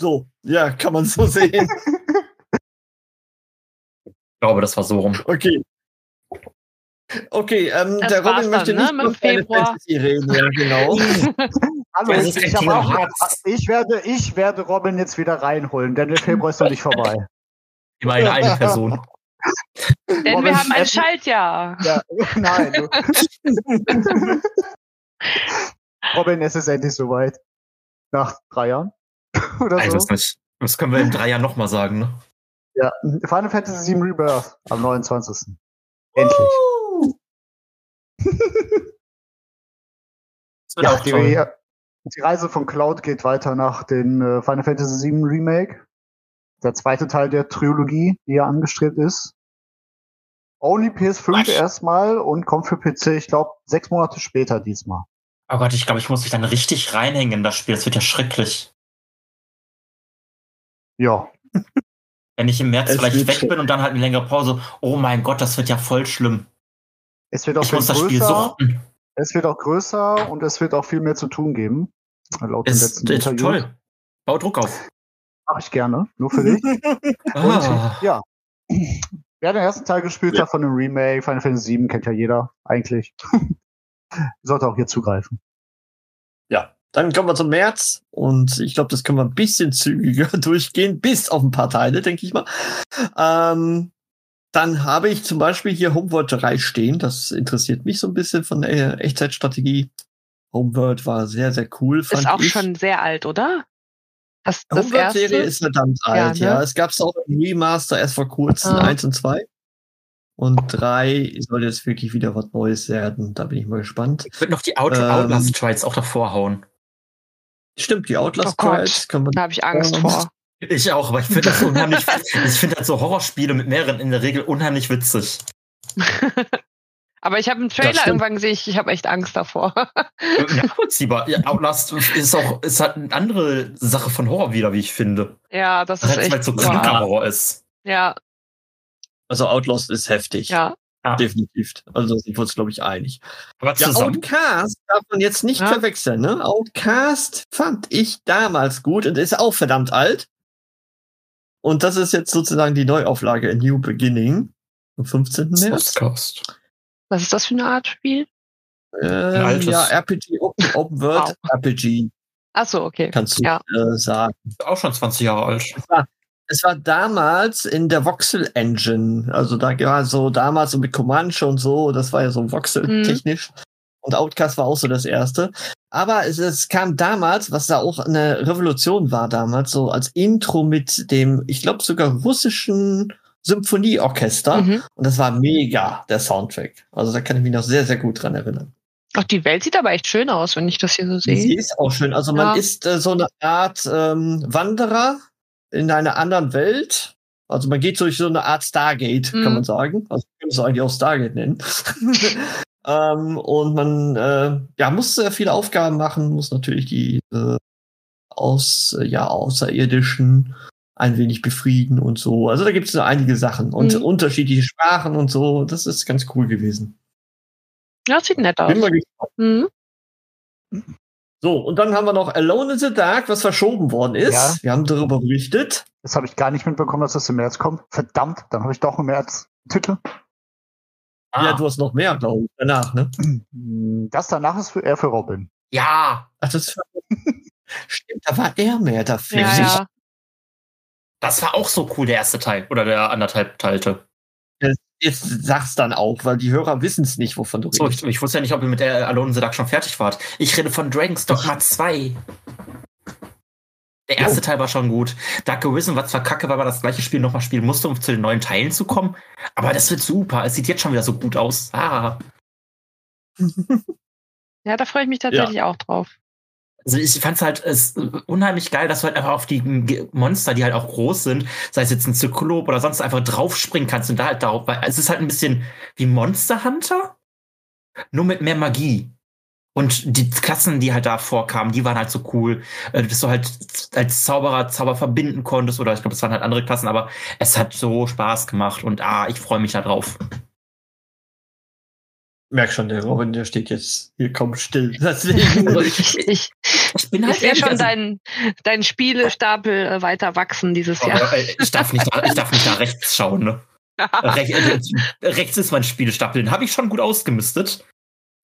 so. Ja, kann man so sehen.
Ich glaube, das war so rum.
Okay. Okay, ähm,
Das
der
war's
Robin möchte
dann, ne,
nicht über
mit
Final
Februar.
Fantasy reden, ja, genau. Also,
Hallo,
Das
Also, ich,
ist genau.
ich,
ein
hab auch,
Thema.
ich, werde, ich werde Robin jetzt wieder reinholen, denn der Februar ist noch nicht vorbei.
Immerhin eine Person. Also,
Denn
Robin
wir haben ein
Steffen-
Schaltjahr.
Ja, nein. du- Robin, es ist endlich soweit. Nach drei Jahren oder
Weiß
so.
Also.
es nicht. Das können wir in drei Jahren nochmal sagen. Ne?
Ja. Final Fantasy VII Rebirth am 29. Endlich.
Oh, Das wird auch
die,
toll.
die Reise von Cloud geht weiter nach den äh, Final Fantasy VII Remake. Der zweite Teil der Trilogie, die ja angestrebt ist. Only PS5
Was?
erstmal und kommt für PC, ich glaube, sechs Monate später diesmal.
Oh Gott, ich glaube, ich muss mich dann richtig reinhängen in das Spiel. Das wird ja schrecklich.
Ja.
Wenn ich im März
Es
vielleicht
wird
weg
schrecklich.
bin und dann halt eine längere Pause. Oh mein Gott, das wird ja voll schlimm.
Es wird auch
Ich muss das
größer.
Spiel suchen.
Es wird auch größer und es wird auch viel mehr zu tun geben. Laut dem
Ist,
letzten
ist
Interview.
toll. Bau Druck auf.
Mache ich gerne. Nur für dich.
Ah,
Ja. Wer den ersten Teil gespielt hat von dem Remake, Final Fantasy VII kennt ja jeder eigentlich. Sollte auch hier zugreifen.
Dann kommen wir zum März und ich glaube, das können wir ein bisschen zügiger durchgehen, bis auf ein paar Teile, denke ich mal. Ähm, dann habe ich zum Beispiel hier Homeworld 3 stehen. Das interessiert mich so ein bisschen von der Echtzeitstrategie. Homeworld war sehr, sehr cool. Fand
Ist auch
ich.
schon sehr alt, oder? Das, das erste.
Homeworld-Serie ist verdammt alt,
Ja,
ja.
ne?
Es gab es auch im Remaster erst vor kurzem,
Ah.
eins und zwei. Und drei soll jetzt wirklich wieder was Neues werden. Da bin ich mal gespannt.
ich würde noch die Out
Ähm.
Outlast Trials auch davor hauen.
Stimmt, die Outlast
Oh Gott.
Trials kann man.
da habe ich Angst
Ähm,
vor.
Ich auch, aber ich finde das unheimlich. ich finde halt so Horrorspiele mit mehreren in der Regel unheimlich witzig.
Aber ich habe einen Trailer
stimmt.
irgendwann gesehen, ich, ich habe echt Angst davor.
Nachvollziehbar. Ja, Outlast ist auch ist halt eine andere Sache von Horror wieder, wie ich finde.
ja, das
Das
ist
halt
echt.
halt so
boah.
kranker Horror ist.
ja,
Also Outlast ist heftig.
ja.
Definitiv. Also da sind wir uns, glaube ich, einig.
Aber
Ja,
zusammen.
Outcast darf man jetzt nicht
Ja.
verwechseln, ne? Outcast fand ich damals gut und ist auch verdammt alt. Und das ist jetzt sozusagen die Neuauflage A New Beginning am 15. März.
Outcast.
Was ist das für eine Art Spiel?
Ähm,
altes.
ja, RPG, Open, Open World RPG,
Ach so, okay.
kannst du
Ja.
äh, sagen.
Auch schon 20 Jahre alt.
Es war damals in der Voxel Engine. Also da war so damals so mit Comanche und so, das war ja so
Mhm.
Voxel technisch. Und Outcast war auch so das erste. Aber es, es kam damals, was da auch eine Revolution war damals, so als Intro mit dem, ich glaube sogar russischen Symphonieorchester.
Mhm.
Und das war mega, der Soundtrack. Also da kann ich mich noch sehr, sehr gut dran erinnern.
Ach, die Welt sieht aber echt schön aus, wenn ich das hier so
Sie
sehe.
ist auch schön. Also man
Ja.
ist äh, so eine Art ähm, Wanderer in einer anderen Welt. Also man geht durch so eine Art Stargate,
Mhm.
kann man sagen. Also man könnte es eigentlich auch Stargate nennen. ähm, und man äh, ja, muss sehr viele Aufgaben machen, muss natürlich die äh, aus, äh, ja, Außerirdischen ein wenig befrieden und so. Also da gibt es so einige Sachen und
Mhm.
unterschiedliche Sprachen und so. Das ist ganz cool gewesen.
Ja, das sieht nett aus.
Bin mal gespannt.
Mhm.
So, und dann haben wir noch Alone in the Dark, was verschoben worden ist.
Ja.
Wir haben darüber berichtet.
Das habe ich gar nicht mitbekommen, dass das im März kommt. Verdammt, dann habe ich doch im März einen Titel.
Ah.
Ja, du hast noch mehr, glaube ich, danach, ne?
Das danach ist für, eher für Robin.
ja,
Ach, das Stimmt, da war er mehr dafür.
Ja, ja.
das war auch so cool, der erste Teil. Oder der anderthalb Teilte.
Jetzt sag's dann auch, weil die Hörer wissen es nicht, wovon du
So,
redest.
ich, ich wusste ja nicht, ob ihr mit äh, Alone in the Dark schon fertig wart. Ich rede von Dragon's Dogma 2. Der
Oh.
erste Teil war schon gut. Dark Arisen war zwar kacke, weil man das gleiche Spiel nochmal spielen musste, um zu den neuen Teilen zu kommen. Aber das wird super. Es sieht jetzt schon wieder so gut aus. Ah.
ja, da freue ich mich tatsächlich auch drauf.
Also ich fand's halt es, unheimlich geil, dass du halt einfach auf die Ge- Monster, die halt auch groß sind, sei es jetzt ein Zyklop oder sonst einfach draufspringen kannst und da halt darauf, weil es ist halt ein bisschen wie Monster Hunter, nur mit mehr Magie. Und die Klassen, die halt da vorkamen, die waren halt so cool, äh, dass du halt als Zauberer Zauber verbinden konntest oder ich glaube, es waren halt andere Klassen, aber es hat so Spaß gemacht und ah, ich freue mich da drauf.
Merk schon, der Robin, der steht jetzt hier kaum still. Deswegen.
Also ich, ich,
Ich bin
ich sehe
ehrlich,
schon
also-
deinen deinen Spielestapel äh, weiter wachsen dieses Jahr.
Aber, äh, Ich darf nicht, da- ich darf nicht nach rechts schauen, ne? Rech, äh, rechts ist mein Spielestapel, den habe ich schon gut ausgemistet.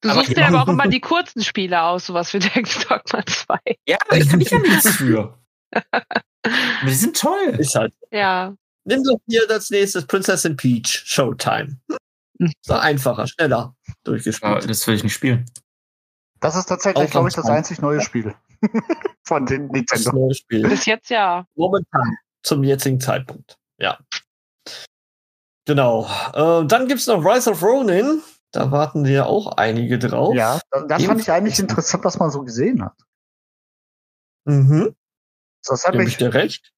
Du
aber-
suchst
genau.
dir aber auch immer die kurzen Spiele aus, sowas wie Dragon's Dogma 2.
Ja, aber ich kann ich ja nichts für. Aber die sind toll.
ist halt.
Ja.
Nimm doch hier das nächste Prinzessin Peach, Showtime. So einfacher, schneller
Aber
durchgespielt.
das will ich nicht spielen.
Das ist tatsächlich,
Auch
glaube ich, das
ganz
einzig neue Spiel von den
Das ist ein
Nintendo.
neues Spiel.
Bis jetzt ja.
Momentan, zum jetzigen Zeitpunkt. Ja. Genau. Äh, dann gibt's noch Rise of Ronin. Da warten wir auch einige drauf.
Ja, das, das fand ich eigentlich interessant, was man so gesehen hat.
Mhm.
Das hat
Gebe
mich
ich dir recht?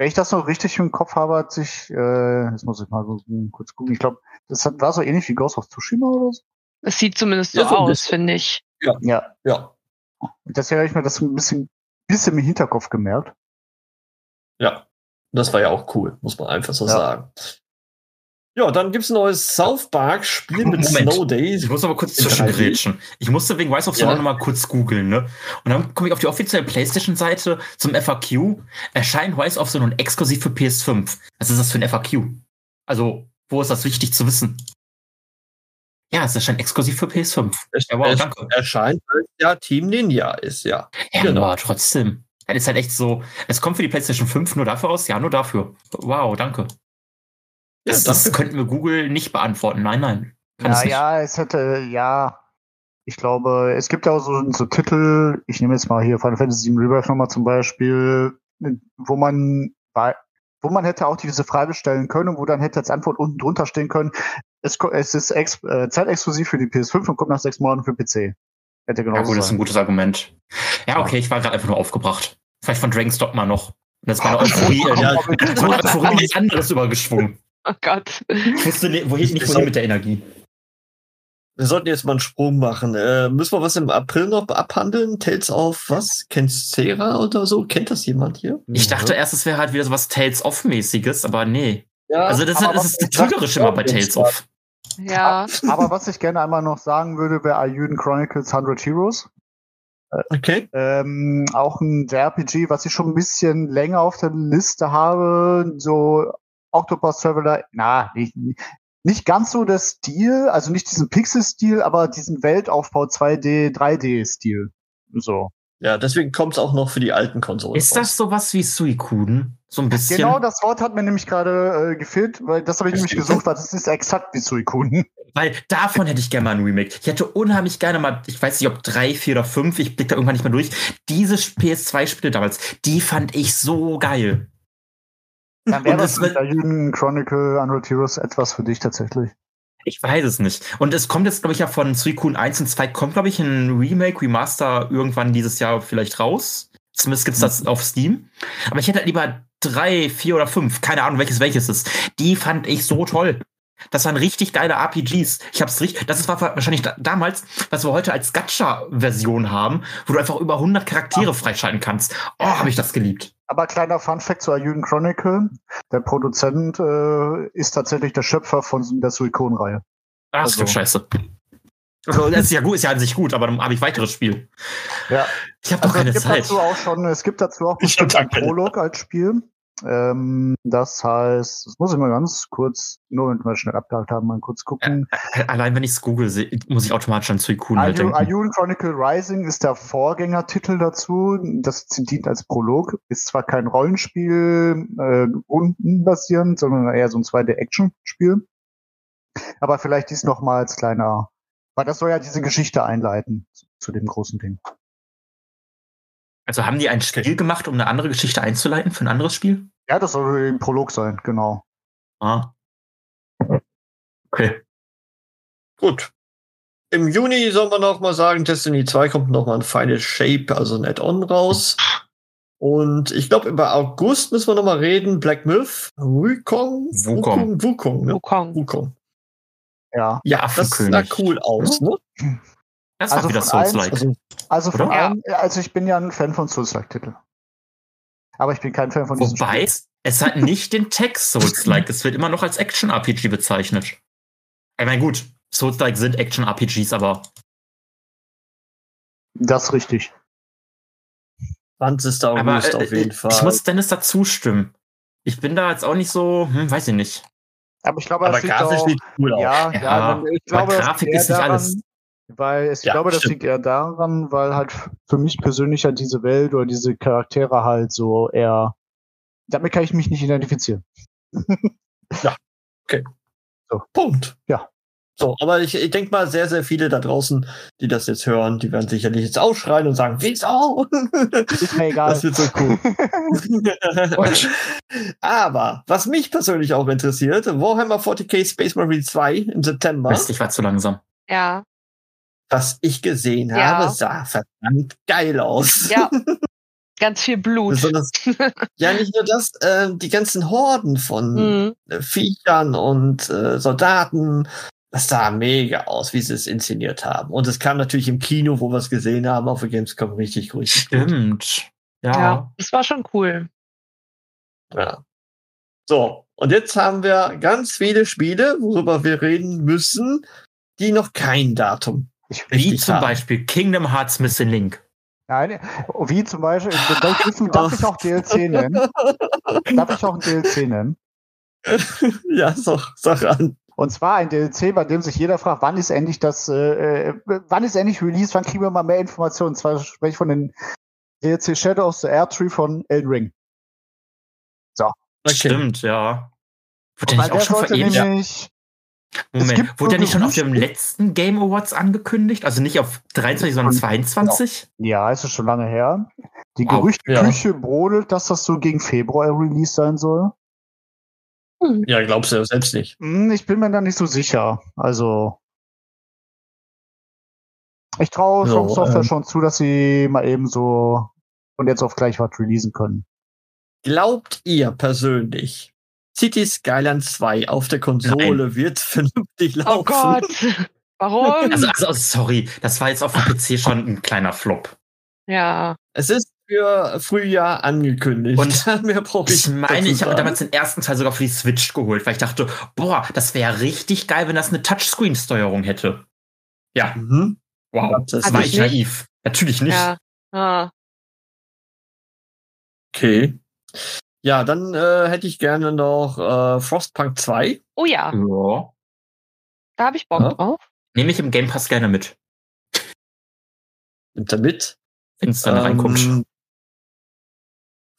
Wenn ich das noch richtig im Kopf habe, hat sich, äh, jetzt muss ich mal so gu- kurz gucken, ich glaube, das hat, war so ähnlich wie Ghost of Tsushima oder so.
Es sieht zumindest so
Ja, so ein
aus,
bisschen.
finde ich.
Ja.
Ja.
Und deswegen habe ich mir das ein bisschen, bisschen im Hinterkopf gemerkt.
Ja. Das war ja auch cool, muss man einfach so
Ja.
sagen. Ja, dann gibt's ein neues South Park-Spiel mit
Moment.
Snow Days.
Ich muss aber kurz zwischengrätschen. Ich musste wegen Rise of the
Ja.
ja. nochmal kurz googeln, ne? Und dann komme ich auf die offizielle PlayStation-Seite zum FAQ. Erscheint Rise of the nun exklusiv für PS5. Was ist das für ein FAQ? Also, wo ist das wichtig zu wissen? Ja, es erscheint exklusiv für PS5.
Es,
Ja, wow,
es
danke.
erscheint, weil es ja Team Ninja ist, ja.
Ja,
Genau.
aber trotzdem. Das ist halt echt so, es kommt für die PlayStation 5 nur dafür aus, ja, nur dafür. Wow, danke.
Ja,
Das,
danke.
das könnten wir Google nicht beantworten. Nein, nein. Kann es nicht.
Naja, es hätte, ja, ich glaube, es gibt ja auch so, so Titel, ich nehme jetzt mal hier Final Fantasy VII Rebirth nochmal zum Beispiel, wo man, wei- wo man hätte auch diese Frage stellen können und wo dann hätte als Antwort unten drunter stehen können, es, ko- es ist ex, äh, zeitexklusiv für die PS5 und kommt nach sechs Monaten für PC. Hätte genau
Ja, gut, das ist ein
sein.
gutes Argument. Ja, okay, ich war gerade einfach nur aufgebracht. Vielleicht von Dragon's Dogma noch. Das ist meine Euphorie. äh,
Ja,
meine Euphorie in was anderes übergeschwungen.
Oh Gott.
Ich wusste ne, wohin, nicht wohin mit der Energie.
Wir sollten jetzt mal einen Sprung machen. Äh, müssen wir was im April noch abhandeln? Tales of was? Kennst Sarah oder so? Kennt das jemand hier?
Ich dachte erst, es wäre halt wieder so was Tales of-mäßiges, aber nee.
Ja,
Also das, ist-
aber
das
was
ist das
ich sag-
Trügerische immer bei Tales of.
Ja.
Aber was ich gerne einmal noch sagen würde, wäre Ayuden Chronicles 100 Heroes.
okay.
Ähm, auch ein JRPG, was ich schon ein bisschen länger auf der Liste habe. So Octopus Traveler, na, nicht, nicht ganz so der Stil, also nicht diesen Pixel-Stil, aber diesen Weltaufbau 2D, 3D-Stil. So.
Ja, deswegen kommt es auch noch für die alten Konsolen.
Ist das
raus.
sowas wie Suikoden? So ein bisschen.
Genau das Wort hat mir nämlich gerade äh, gefehlt, weil das habe ich nämlich gesucht, weil das ist exakt wie Suikoden.
Weil davon hätte ich gerne mal ein Remake. Ich hätte unheimlich gerne mal, ich weiß nicht, ob drei, vier oder fünf, ich blick da irgendwann nicht mehr durch. Diese PS2-Spiele damals, die fand ich so geil.
Dann wäre
Und
das
es
mit
wird-
der Juden Chronicle Unreal Heroes etwas für dich tatsächlich.
Ich weiß es nicht. Und es kommt jetzt, glaube ich, ja von Suikoden 1 und 2, kommt, glaube ich, ein Remake, Remaster irgendwann dieses Jahr vielleicht raus. Zumindest gibt's das auf Steam. Aber ich hätte halt lieber drei, vier oder fünf, keine Ahnung, welches welches ist. Die fand ich so toll. Das waren richtig geile RPGs. Ich hab's richtig, das war wahrscheinlich da, damals, was wir heute als Gacha-Version haben, wo du einfach über 100 Charaktere freischalten kannst. Oh, habe ich das geliebt.
Aber kleiner Funfact zur Juden Chronicle. Der Produzent äh, ist tatsächlich der Schöpfer von der Suikon-Reihe.
Ach,
Also.
also. scheiße. Also, das ist ja gut, ist ja an sich gut, aber dann habe ich weiteres Spiel.
Ja.
Ich habe doch
Also
keine
es gibt
Zeit.
dazu auch schon, es gibt dazu auch
Ich hab
bestimmt einen
keine.
Prolog als Spiel. Ähm, das heißt, das muss ich mal ganz kurz, nur wenn wir schnell abgehakt haben, mal kurz gucken.
Allein wenn ich es google, seh- muss ich automatisch an Suikun halt
Ayun
denken.
Ayun Chronicle Rising ist der Vorgängertitel dazu. Das dient als Prolog. Ist zwar kein Rollenspiel äh, untenbasierend, sondern eher so ein 2D-Action-Spiel. Aber vielleicht dies noch mal als kleiner, weil das soll ja diese Geschichte einleiten zu- zu dem großen Ding.
also haben die ein Spiel gemacht, um eine andere Geschichte einzuleiten für ein anderes Spiel?
Ja, das soll ein Prolog sein, genau.
Ah. Okay.
Gut. Im Juni soll man noch mal sagen, Destiny 2 kommt noch mal ein Final Shape, also ein Add-on raus. Und ich glaube, über August müssen wir noch mal reden. Black Myth, Wukong, Wukong,
Wukong.
Wukong, ne?
Wukong.
Wukong.
Ja.
Ja, das sah
Affenkönig.
cool aus, ne?
Das
Also
war wieder
von eins-
Souls-like.
Also,
Also von
Oder?
allem, also ich bin ja ein Fan von Souls-like-Titel. Aber ich bin kein Fan von diesem
Wobei,
Spiel.
es hat nicht den Text Souls-like. es wird immer noch als Action-RPG bezeichnet. Ich meine, gut, Souls-like sind Action-RPGs, aber
Das ist richtig.
20.
Aber
August
äh,
auf jeden
ich
Fall.
muss Dennis da zustimmen. Ich bin da jetzt auch nicht so, hm, weiß ich nicht.
Aber ich glaube,
aber
das liegt
grafisch
auch,
sieht cool aus.
Ja, ja,
Ja,
dann- ich
aber
glaube, das
Grafik
liegt eher
ist nicht
daran,
alles.
Weil ich
Ja,
glaube, das
stimmt.
liegt eher daran, weil halt f- für mich persönlich halt diese Welt oder diese Charaktere halt so eher. Damit kann ich mich nicht identifizieren.
Punkt.
Ja.
So, aber ich, ich denke mal, sehr, sehr viele da draußen, die das jetzt hören, die werden sicherlich jetzt ausschreien und sagen, wieso?
Ist mir egal.
Das wird so cool. aber, was mich persönlich auch interessiert, Warhammer 40k Space Marine 2 im September,
Mist, ich war zu langsam.
Ja.
was ich gesehen
Ja.
habe, sah verdammt geil aus.
Ja. Ganz viel Blut.
Besonders, ja, nicht nur das, äh, die ganzen Horden von
Mhm.
äh, Viechern und äh, Soldaten. Das sah mega aus, wie sie es inszeniert haben. Und es kam natürlich im Kino, wo wir es gesehen haben, auf der Gamescom richtig, richtig gut.
Stimmt.
Ja.
ja.
das war schon cool.
Ja. So, und jetzt haben wir ganz viele Spiele, worüber wir reden müssen, die noch kein Datum.
Ich,
Wie
richtig
zum
haben.
Beispiel Kingdom Hearts Missing Link.
nein, wie zum Beispiel, darf ich, darf ich auch
Oh.
DLC nennen? Darf ich auch ein DLC nennen?
ja, so, sag an.
Und zwar ein DLC, bei dem sich jeder fragt, wann ist endlich das, äh, äh, wann ist endlich Release, wann kriegen wir mal mehr Informationen? Und zwar spreche ich von den DLC Shadow of the Air Tree von Elden Ring.
Okay.
Stimmt, ja. Wurde
Und
der
bei
nicht auch
der
schon
sollte
verewigt?
nämlich,
Moment,
gibt
wurde der
so
nicht schon auf dem
Gerüchte-
letzten Game Awards angekündigt? Also nicht auf 23, sondern
Und-
22?
ja, ist es schon lange her. Die
Wow,
Gerüchteküche brodelt, dass das so gegen Februar Release sein soll.
Ja, glaubst du ja selbst nicht.
Hm, ich bin mir da nicht so sicher. Also. Ich traue
So,
From Software
ähm,
schon zu, dass sie mal eben so und jetzt auf gleich was releasen können.
Glaubt ihr persönlich, City Skyline 2 auf der Konsole wird vernünftig laufen?
Oh Gott. Warum?
Also, also, sorry, das war jetzt auf dem PC schon ein kleiner Flop.
ja.
Es ist für Frühjahr angekündigt.
Und
mehr brauche
Ich meine,
dazu
ich habe mir
sagen.
damals den ersten Teil sogar für die Switch geholt, weil ich dachte, boah, das wäre richtig geil, wenn das eine Touchscreen-Steuerung hätte. Ja,
Mhm.
wow.
Das
Das
ist
Also
war
nicht
ich
nicht.
naiv. Natürlich nicht.
Ja. Ah.
okay. Ja, dann äh, hätte ich gerne noch äh, Frostpunk 2.
Oh ja.
Ja.
Da habe ich Bock
Ja.
drauf.
Nehme ich im Game Pass gerne mit,
Und damit
wenn es dann reinkommt.
Ähm,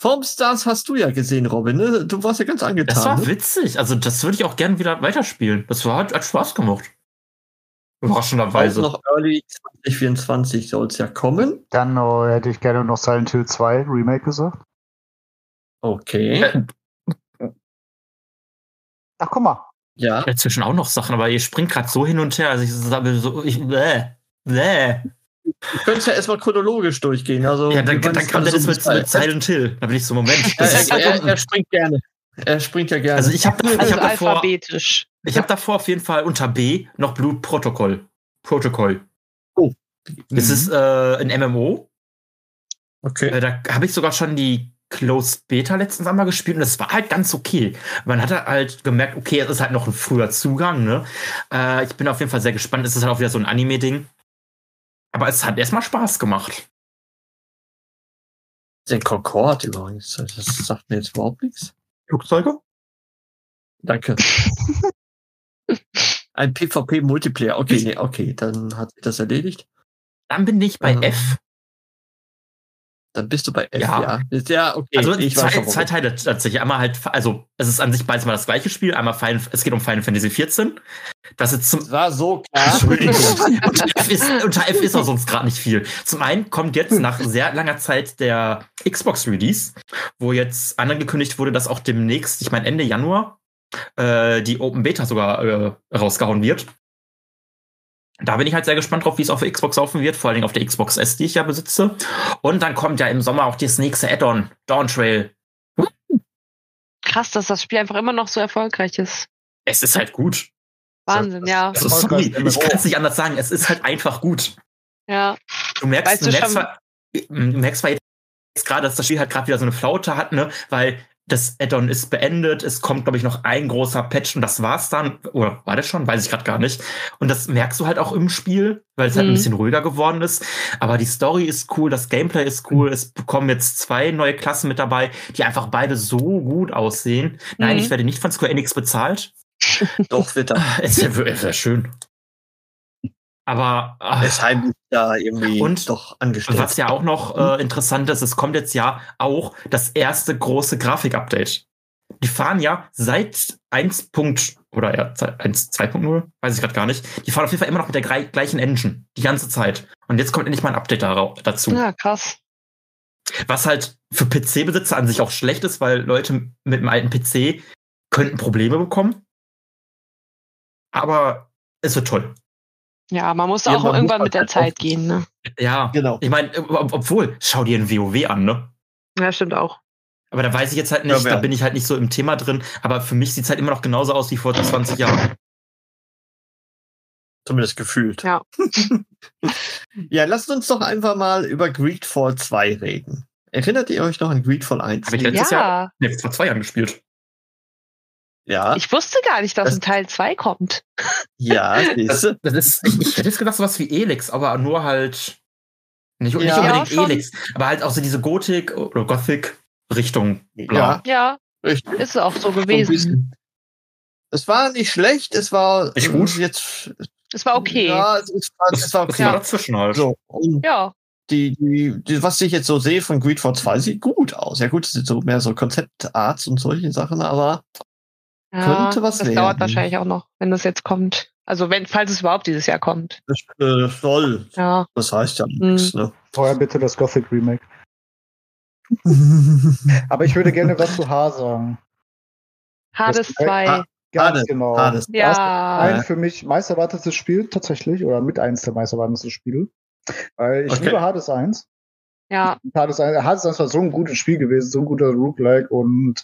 Formstars hast du ja gesehen, Robin. Ne? Du warst ja ganz angetan.
Das war
ne?
witzig. Also, das würde ich auch gerne wieder weiterspielen. Das war, hat, hat Spaß gemacht. Überraschenderweise.
Auch noch Early 2024 soll es ja kommen.
Dann äh, hätte ich gerne noch Silent Hill 2 Remake gesagt.
Okay.
Ach, guck mal.
Ja.
Dazwischen auch noch Sachen, aber ihr springt gerade so hin und her. Also, ich sage so, ich, bäh, bäh.
Du könntest ja erstmal chronologisch durchgehen. Also,
Ja, dann,
wir waren
dann
jetzt
kam
gerade
Dennis
so
mit, mit
bei-
Silent Hill. Da bin ich so, Moment.
Er,
Das ist,
er, er, er springt gerne. Er springt ja gerne.
also, ich habe ich
Also
hab davor,
alphabetisch.
ich hab davor auf jeden Fall unter B noch Blue Protocol. Protocol.
Oh.
Das ist äh, ein MMO.
okay.
Äh, Da habe ich sogar schon die Closed Beta letztens einmal gespielt und das war halt ganz okay. Man hat halt gemerkt, okay, es ist halt noch ein früher Zugang, ne? Äh, ich bin auf jeden Fall sehr gespannt. Es ist halt auch wieder so ein Anime-Ding. Aber es hat erstmal Spaß gemacht.
Den Concorde übrigens. Das sagt mir jetzt überhaupt nichts.
Flugzeuge?
Danke. Ein PvP-Multiplayer. Okay, nee, okay, dann hat sich das erledigt.
Dann bin ich bei
Ähm,
F.
Dann bist du bei F,
Ja.
ja. Ist Ja, okay.
Also zwei,
schon,
zwei
warum.
Teile tatsächlich. Einmal halt, also es ist an sich beides mal das gleiche Spiel. Einmal Final, es geht um Final Fantasy 14. Das ist zum
Es war so klar.
Entschuldigung. unter, F ist, unter F ist auch sonst gerade nicht viel. Zum einen kommt jetzt nach sehr langer Zeit der Xbox-Release, wo jetzt angekündigt wurde, dass auch demnächst, ich meine Ende Januar, äh, die Open Beta sogar äh, rausgehauen wird. Da bin ich halt sehr gespannt drauf, wie es auf der Xbox laufen wird, vor allen Dingen auf der Xbox S, die ich ja besitze. Und dann kommt ja im Sommer auch das nächste Add-on, Dawn Trail.
Krass, dass das Spiel einfach immer noch so erfolgreich ist.
Es ist halt gut.
Wahnsinn, ja.
Also,
Erfolgreich
sorry, ich
MMO.
kann es nicht anders sagen. Es ist halt einfach gut.
Ja.
Du merkst,
Weißt
du
du
merkst,
schon-
zwar, hm, du merkst zwar jetzt gerade, dass das Spiel halt gerade wieder so eine Flaute hat, ne? Weil das Add-on ist beendet, es kommt, glaube ich, noch ein großer Patch und das war's dann. Oder war das schon? Weiß ich gerade gar nicht. Und das merkst du halt auch im Spiel, weil es halt ein
Mhm.
bisschen ruhiger geworden ist. Aber die Story ist cool, das Gameplay ist
Mhm.
cool, es bekommen jetzt zwei neue Klassen mit dabei, die einfach beide so gut aussehen. Nein,
Mhm.
ich werde nicht von Square Enix bezahlt.
Doch, wird da.
Es wäre wär schön. Aber ah,
Ist heimlich da irgendwie
Und
doch angestellt.
Was ja auch noch äh, interessant ist, es kommt jetzt ja auch das erste große Grafik-Update. Die fahren ja seit 1. Punkt, oder ja, 1, 2.0, weiß ich gerade gar nicht. Die fahren auf jeden Fall immer noch mit der grei- gleichen Engine, die ganze Zeit. Und jetzt kommt endlich mal ein Update darau- dazu.
Ja, krass.
Was halt für PC-Besitzer an sich auch schlecht ist, weil Leute mit einem alten PC könnten Probleme bekommen. Aber es wird toll.
Ja, man muss
Ja,
auch
man muss
irgendwann
halt
mit der
halt
Zeit
auf-
gehen, ne?
Ja.
Genau.
Ich meine, ob, obwohl, schau dir ein WoW an, ne?
Ja, stimmt auch.
Aber da weiß ich jetzt halt
Ja,
nicht,
wer-
da bin ich halt nicht so im Thema drin. Aber für mich sieht es halt immer noch genauso aus wie vor 20 Jahren.
Zumindest gefühlt.
Ja.
ja, lasst uns doch einfach mal über Greedfall 2 reden. Erinnert ihr euch noch an Greedfall 1?
Hab ich
Ja,
letztes Jahr, nee, vor zwei Jahren gespielt.
ja,
ich wusste gar nicht, dass
Das-
ein Teil 2 kommt.
ja, siehst du?
Das ist, ich, ich hätte jetzt gedacht, sowas wie Elix, aber nur halt. Nicht, nicht
Ja.
Ja,
unbedingt
schon.
Elix, aber halt auch so diese Gotik- oder Gothic-Richtung.
Ja,
Ja,
richtig.
ist auch so
So ein
gewesen.
bisschen. Es war nicht schlecht, es war
Nicht gut?
jetzt.
Es war okay. Ja.
Ja, es, es war, es war
Das
okay.
war dazwischen halt.
So, und die, die, die, was ich jetzt so sehe von Greedfall 2 sieht gut aus. Ja gut, es sind so mehr so Konzeptarts und solche Sachen, aber
Ja,
Könnte was
Das
werden.
dauert wahrscheinlich auch noch, wenn das jetzt kommt. Also wenn, falls es überhaupt dieses Jahr kommt.
das äh, soll.
Ja.
Das heißt ja
Hm.
nichts, ne?
Vorher bitte das Gothic Remake. Aber ich würde gerne was zu H sagen.
Hades
Das-
2.
Ah, Ganz
Hades,
genau.
Hades.
Das ist
Ja.
Ja.
ein für mich meisterwartetes Spiel tatsächlich oder mit eins der meisterwartetsten Spiele. Weil ich
Okay.
liebe Hades 1.
Ja.
Hades 1, Hades 1 war so ein gutes Spiel gewesen, so ein guter Roguelike und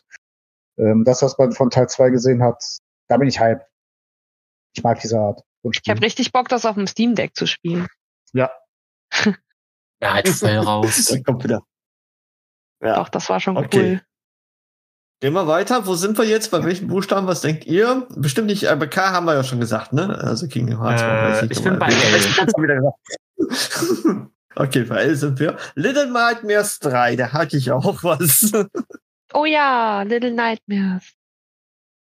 ähm, das, was man von Teil 2 gesehen hat, da bin ich hyped. Ich mag diese Art von
Ich
Spielen.
habe richtig Bock, das auf dem Steam Deck zu spielen.
Ja, halt schnell raus.
Dann kommt wieder. Ja.
Doch, das war schon
Okay.
cool.
Gehen wir weiter. Wo sind wir jetzt? Bei welchen Buchstaben? Was denkt ihr? Bestimmt nicht, äh, bei K haben wir ja schon gesagt, ne? Also Kingdom Hearts.
Äh,
weiß
ich
aber-
bin bei L.
Jetzt haben wir wieder gesagt. Okay, bei L sind wir. Little Nightmares 3, da hatte ich auch was.
Oh ja, Little Nightmares.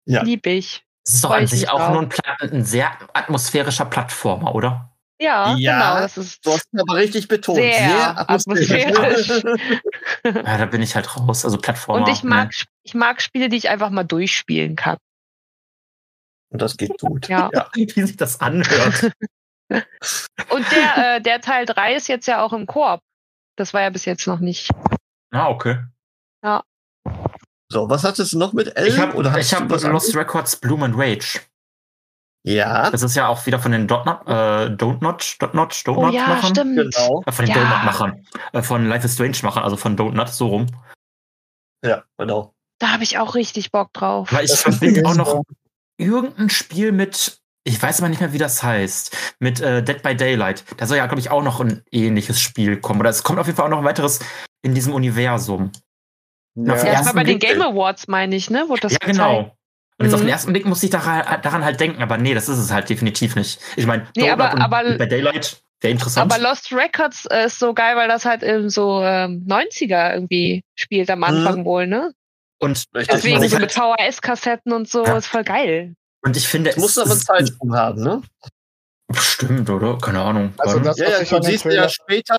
Ja.
Lieb ich.
Es ist doch
Freu
an
ich
sich
mich
auch
drauf.
nur ein, Pla- ein sehr atmosphärischer Plattformer, oder?
Ja. Oh,
Ja, genau. Das ist
Du hast ihn aber richtig betont.
Sehr atmosphärisch.
Ja, da bin ich halt raus. Also Plattformer.
Und ich
nee.
mag, Sp- ich mag Spiele, die ich einfach mal durchspielen kann.
Und das geht gut.
Ja.
wie sich das anhört.
Und der, äh, der Teil 3 ist jetzt ja auch im Koop. Das war ja bis jetzt noch nicht.
ah, okay.
So, was hattest du noch mit L?
Ich habe
oder hattest
hab
du was
Lost
anderes?
Records Bloom and Rage.
Ah.
Ja,
Das ist ja auch wieder von den Dotnut, äh, Don't Not, Don't Not, Don't
Oh
Not
ja,
Machern.
stimmt.
genau.
Äh, Von den
Ja.
Donut-Machern. Äh, von Life is Strange Machern, also von Don't Not, so rum.
Ja, genau.
Da habe ich auch richtig Bock drauf.
Weil ich
Das
verbinde
ist
auch noch
so.
irgendein Spiel mit, ich weiß aber nicht mehr, wie das heißt, mit äh, Dead by Daylight. Da soll ja, glaube ich, auch noch ein ähnliches Spiel kommen. Oder es kommt auf jeden Fall auch noch ein weiteres in diesem Universum. Na,
Ja.
ja.
Ja, das war bei den
Ersten
Game Awards, meine ich, ne? Wurde das
ja,
gezeigt.
genau. Und jetzt auf den
Mhm.
ersten Blick muss ich daran, daran halt denken, aber nee, das ist es halt definitiv nicht. Ich meine,
Nee,
Donut
aber-
und
aber-
Dead by Daylight wäre interessant.
Aber Lost Records äh, ist so geil, weil das halt eben so ähm, 90er irgendwie spielt am Anfang wohl, ne?
und,
Richtig.
Deswegen
ich
so
halt-
mit VHS-Kassetten und so,
Ja.
ist voll geil.
und ich finde,
Das musst du aber einen
ist-
Zeitsprung haben, ne?
Bestimmt, oder? Keine Ahnung.
Also
Wann?
das,
Ja,
was
ja,
ich an
du
den
siehst ja
Trailer,
später,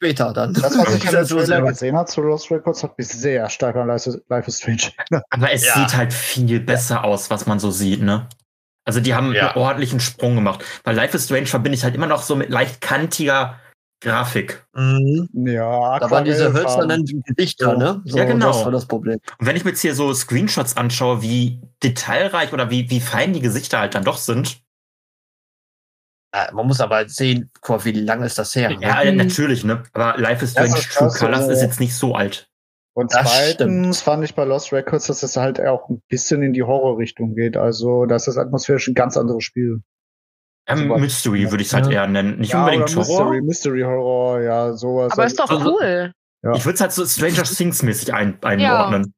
später dann.
das, was ich an den
Das muss
Trailer
ja-
gesehen habe zu Lost Records, hat mich sehr stark an Life is, Life is Strange erinnert.
Aber es
Ja.
sieht halt viel besser aus, was man so sieht, ne? Also die haben
Ja.
einen ordentlichen Sprung gemacht. Bei Life is Strange verbinde ich halt immer noch so mit leicht kantiger Grafik.
Mhm.
Ja,
Da waren diese
Aquarellfarben.
hölzernen Gesichter,
So.
ne? So,
Ja, genau.
Das war das Problem.
Und wenn ich mir jetzt hier so Screenshots anschaue, wie detailreich oder wie, wie fein die Gesichter halt dann doch sind.
Ja, Äh, man muss aber halt sehen, guck mal, wie lange ist das her? ne?
Ja,
Mhm.
natürlich, ne? Aber Life is
Das
Strange
ist
True
krass,
Colors
also-
ist jetzt nicht so alt.
Und
Das
zweitens fand ich bei Lost Records, dass es halt auch ein bisschen in die Horrorrichtung geht. Also, das ist atmosphärisch ein ganz anderes Spiel.
Ähm,
Sowas.
Mystery würde ich es halt
Ja.
eher nennen. Nicht
ja,
unbedingt
oder
Horror.
Mystery, Mystery Horror, ja, sowas. halt.
Aber ist doch
also-
cool.
Ja.
Ich würde es halt so Stranger Things mäßig ein, einordnen.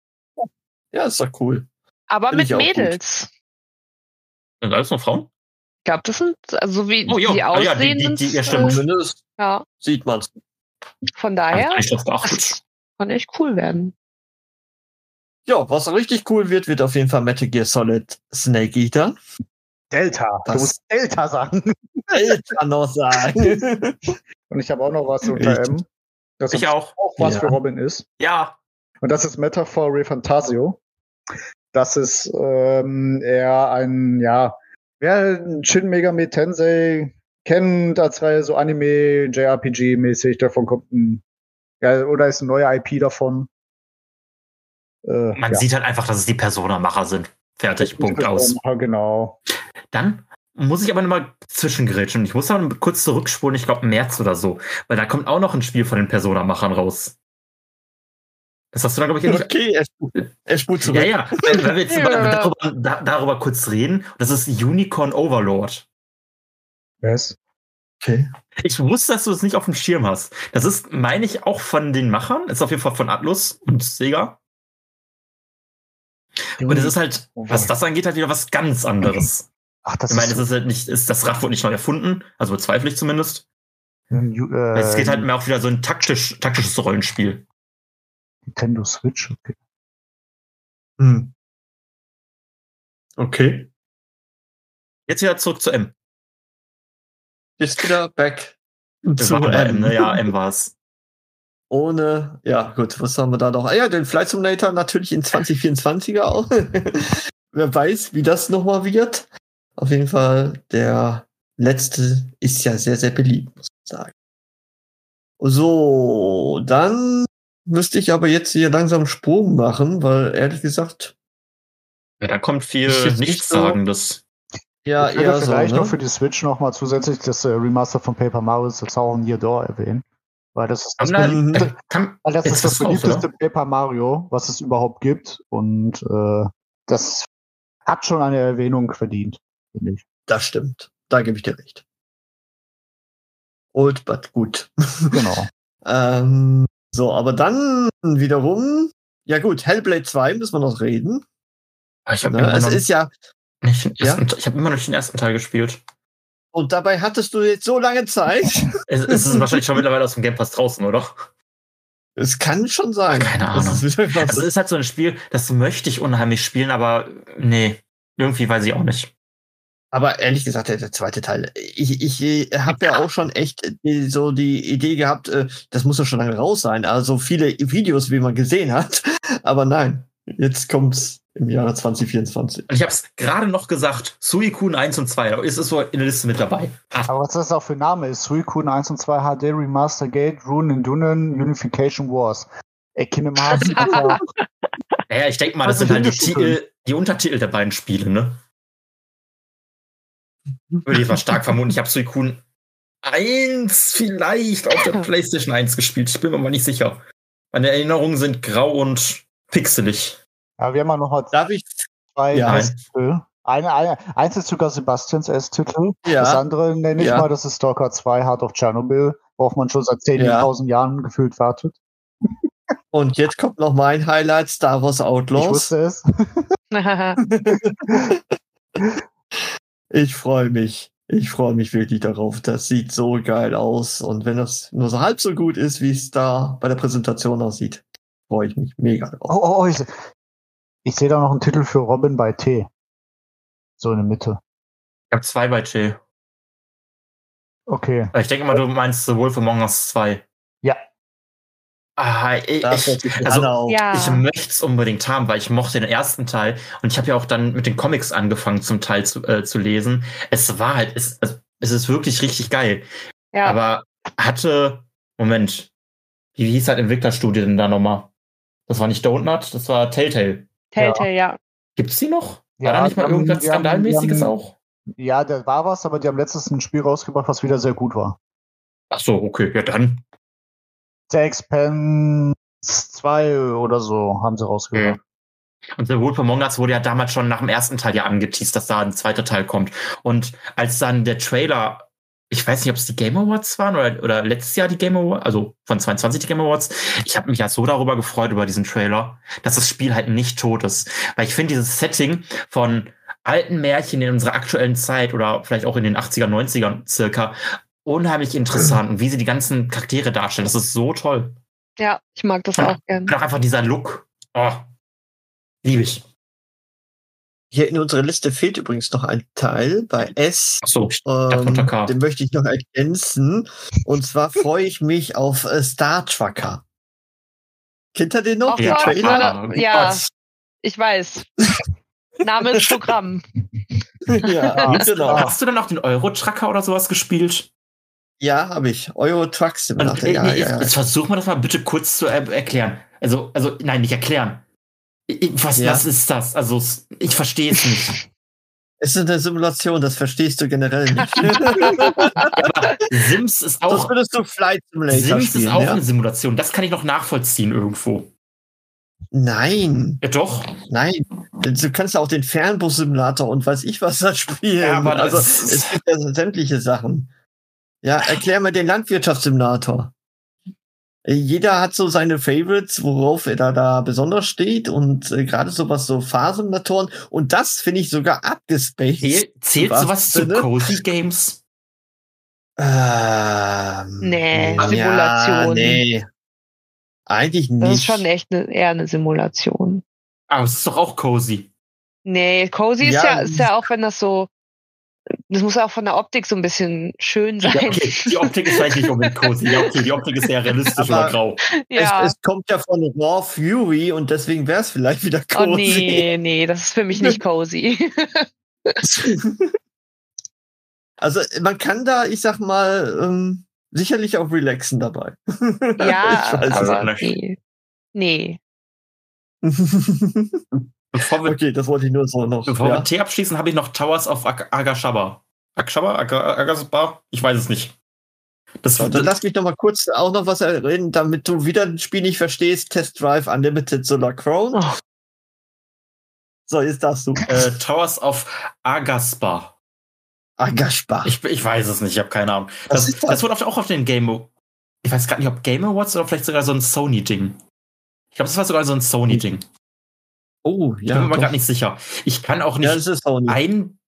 ja ist doch cool.
Aber
Finde
mit
ich auch gut.
Mädels.
Sind alles nur Frauen?
Ich glaube, das sind, also so wie
Oh, jo.
die
Ah, ja, die-
aussehen,
die-
sind
die- ja, stimmt. Also
äh,
Zumindest
ja,
sieht man es.
von
Hab ich
daher
gar nicht drauf geachtet.
das kann echt cool werden.
Ja, was richtig cool wird, wird auf jeden Fall Metal Gear Solid Snake Eater.
Delta.
Das-
Du musst Delta sagen.
Eltern noch sagen.
Und ich habe auch noch was unter
Echt?
M. Das
Ich
ist
auch.
auch was
Ja.
für Robin ist.
Ja.
Und das ist Metaphor Refantasio. Das ist ähm, eher ein, ja, wer Shin Megami Tensei kennt als Reihe so Anime, JRPG-mäßig, davon kommt ein, ja, oder ist eine neue IP davon. Äh,
Man
ja.
sieht halt einfach, dass es die Persona-Macher sind. Fertig, Punkt aus.
Ja, Genau.
Dann muss ich aber nochmal zwischengrätschen. Ich muss aber kurz zurückspulen, ich glaube März oder so. Weil da kommt auch noch ein Spiel von den Persona-Machern raus. Das hast du dann, glaube ich, ja nicht.
okay, er, spu- er spult
Ja,
zurück.
ja. Weil weil wir jetzt
Ja.
darüber, da, darüber kurz reden. Das ist Unicorn Overlord.
Yes.
Okay.
Ich wusste, dass du es nicht auf dem Schirm hast. Das ist, meine ich, auch von den Machern. Ist auf jeden Fall von Atlus und Sega. Und es
Mhm.
ist halt, was das angeht, halt wieder was ganz anderes.
Ach, das
Ich meine,
ist,
es ist halt nicht, ist, das Rad wurde nicht neu erfunden, also bezweifle ich zumindest.
ähm, Ju-
Weil es geht halt
äh,
mehr auch wieder so ein taktisch, taktisches Rollenspiel.
Nintendo Switch. Okay.
Hm. Okay.
Jetzt wieder zurück zu M.
Jetzt wieder back
Das
zu
war aber M,
M.
ne? Ja, M war es.
Ohne, ja gut, was haben wir da noch? Ah ja, den Flight Simulator natürlich in 2024er auch. Wer weiß, wie das nochmal wird. Auf jeden Fall, der letzte ist ja sehr, sehr beliebt, muss man sagen. So, dann müsste ich aber jetzt hier langsam einen Sprung machen, weil ehrlich gesagt,
Ja, da kommt viel
Ist jetzt nicht
Nichtssagendes.
ja,
ich würde
eher so.
vielleicht
Ne?
noch für die Switch noch mal zusätzlich das äh, Remaster von Paper Mario The Thousand Year Door erwähnen. Weil das ist das,
Haben
belieb-
da- äh, kann,
weil das,
jetzt
ist das
ist drauf,
beliebteste Paper Mario, was es überhaupt gibt. Und äh, das hat schon eine Erwähnung verdient, finde ich.
Das stimmt. Da gebe ich dir recht. Old, but gut.
Genau.
Ähm, so, aber dann wiederum, ja gut, Hellblade 2 müssen wir noch reden.
ah, ich habe
Ne?
immer,
Es
noch
ist ja,
nicht den
Ja?
ersten- ich hab immer noch nicht den ersten Teil gespielt.
und dabei hattest du jetzt so lange Zeit.
Es, es ist wahrscheinlich schon mittlerweile aus dem Game Pass draußen, oder?
Es kann schon sein.
Keine
Das ist wieder was.
Also es ist halt so ein Spiel, das möchte ich unheimlich spielen, aber nee, Irgendwie weiß ich auch nicht.
Aber ehrlich gesagt, der, der zweite Teil, ich, ich äh, habe ja auch schon echt äh, so die Idee gehabt, äh, das muss ja schon lange raus sein. Also viele Videos, wie man gesehen hat. Aber nein, jetzt kommt's im Jahre 2024.
Und ich habe es gerade noch gesagt, Suikun 1 und 2, da ist es so in der Liste mit dabei. Ah,
Aber was das auch für ein Name ist, Suikun 1 und 2 HD Remaster Gate, Rune in Dunen, Unification Wars. Ey, Kingdom Hearts, Alter.
naja, ich denke mal, das
Also
sind halt die
Hintertitel.
Titel, die Untertitel der beiden Spiele, ne? Würde ich mal stark vermuten. Ich habe Suikun 1 vielleicht auf der PlayStation 1 gespielt. Ich bin mir mal nicht sicher. Meine Erinnerungen sind grau und pixelig.
Ja, wir haben ja noch mal
Darf ich?
zwei
Ja.
Titel. Eine, eine, eins ist sogar Sebastians S-Titel. Das
Ja,
andere nenne ich
Ja.
mal, das ist Stalker 2, Heart of Chernobyl, worauf man schon seit 10.000 Jahren gefühlt wartet.
und jetzt kommt noch mein Highlight, Star Wars
Ich
Outlaws.
wusste es.
Ich freue mich. Ich freue mich wirklich darauf. Das sieht so geil aus. Und wenn das nur so halb so gut ist, wie es da bei der Präsentation aussieht, freue ich mich mega
Oh,
drauf.
oh, oh, ich, se- ich sehe da noch einen Titel für Robin bei T. So in der Mitte.
Ich habe zwei bei Chill. Also
Okay.
Ich denke mal, du meinst The Wolf Among Us 2.
Ja.
Ah, ich,
Da freut
ich,
sich
also,
Anna auch.
ja.
ich möchte es unbedingt haben, weil ich mochte den ersten Teil und ich habe ja auch dann mit den Comics angefangen zum Teil zu, äh, zu lesen. Es war halt, es, es- es ist wirklich richtig geil.
ja.
Aber hatte, Moment, wie hieß halt Entwicklerstudie denn da nochmal? Das war nicht Donut, das war Telltale.
Telltale, ja.
Gibt's die noch?
Ja,
war da nicht mal
die haben-
irgendwas
die haben- die
Skandalmäßiges
haben-
auch?
Ja, da war was, aber die haben letztens ein Spiel rausgebracht, was wieder sehr gut war.
Ach so, okay, ja dann.
The Expanse 2 oder so haben sie
Mhm.
rausgebracht.
Und The Wolf Among Us wurde ja damals schon nach dem ersten Teil ja angeteased, dass da ein zweiter Teil kommt. Und als dann der Trailer, ich weiß nicht, ob es die Game Awards waren oder, oder letztes Jahr die Game Awards, also von 22 die Game Awards, ich habe mich ja so darüber gefreut über diesen Trailer, dass das Spiel halt nicht tot ist. Weil ich finde dieses Setting von alten Märchen in unserer aktuellen Zeit oder vielleicht auch in den 80er, 90ern circa unheimlich interessant und wie sie die ganzen Charaktere darstellen. Das ist so toll.
Ja, ich mag das auch gern.
Und auch einfach dieser Look. Oh, liebe ich.
Hier in unserer Liste fehlt übrigens noch ein Teil bei S.
Ach so,
Ähm,
unter K.
den möchte ich noch ergänzen. Und zwar freue ich mich auf äh, Star Trucker. Kennt ihr den noch?
Ach, ja,
den Trailer?
Ah,
ja.
Gott.
Ich weiß. Name ist Programm.
ja, genau.
Hast du dann auch den Euro-Tracker oder sowas gespielt?
Ja, habe ich. Euro Truck
Also,
Simulator.
äh,
Ja,
nee,
ja, ja.
Jetzt, jetzt versuch mal das mal bitte kurz zu er erklären. Also, also, nein, nicht erklären. Ich- ich- Was,
Ja.
was ist das? Also, s- ich verstehe es nicht.
Es ist eine Simulation, das verstehst du generell nicht.
Sims ist
Sonst
auch,
würdest du Flight Simulator
Sims ist
spielen,
auch
ja?
eine Simulation. Das kann ich noch nachvollziehen irgendwo.
Nein,
Ja, doch.
nein. Du kannst ja auch den Fernbus-Simulator und weiß ich was da spielen.
Ja, aber das-
also es gibt ja sämtliche Sachen. Ja, erklär mal den Landwirtschaftssimulator. Äh, Jeder hat so seine Favorites, worauf er da, da besonders steht und äh, gerade sowas so Fahrsimulatoren und das finde ich sogar abgespaced.
Zähl, zählt
Was
sowas zu
bitte?
Cozy Games?
Ähm,
Nee,
ja,
Simulation.
nee. Eigentlich nicht.
Das ist schon echt ne, eher eine Simulation.
Aber Ah, es ist doch auch Cozy.
Nee, cozy ist
Ja.
ja, ist ja auch, wenn das so, das muss ja auch von der Optik so ein bisschen schön sein.
Ja, okay. Die Optik ist vielleicht nicht unbedingt cozy. Ja, okay, die Optik ist eher realistisch
Aber-
oder grau.
Ja.
Es, es kommt ja von Raw Fury und deswegen wäre es vielleicht wieder
Oh
cozy.
nee, nee, das ist für mich nicht cozy.
Also man kann da, ich sag mal, ähm, sicherlich auch relaxen dabei.
ja,
Ich weiß es
aber
nicht.
nee. Nee.
Bevor wir
okay, das wollte ich nur so noch.
Bevor
ja.
wir Tee abschließen, habe ich noch Towers of Ag Agashaba. Agashaba? Ag Agashaba? Ich weiß es nicht. Das,
So, dann lass mich noch mal kurz auch noch was reden, damit du wieder ein Spiel nicht verstehst. Test Drive Unlimited Solar Crown.
Oh.
So, jetzt darfst du.
äh, Towers of Agaspa.
Ah, Agashba.
Ich, ich weiß es nicht, ich habe keine Ahnung.
Was
Das,
ist
das wurde oft auch auf den Game Aw- Ich weiß gerade nicht, ob Game Awards oder vielleicht sogar so ein Sony-Ding. Ich glaube, es war sogar so ein Sony-Ding.
Oh,
Ich bin
ja.
mir
doch.
gerade nicht sicher. Ich kann auch nicht
ja, das ist Sony.
ein,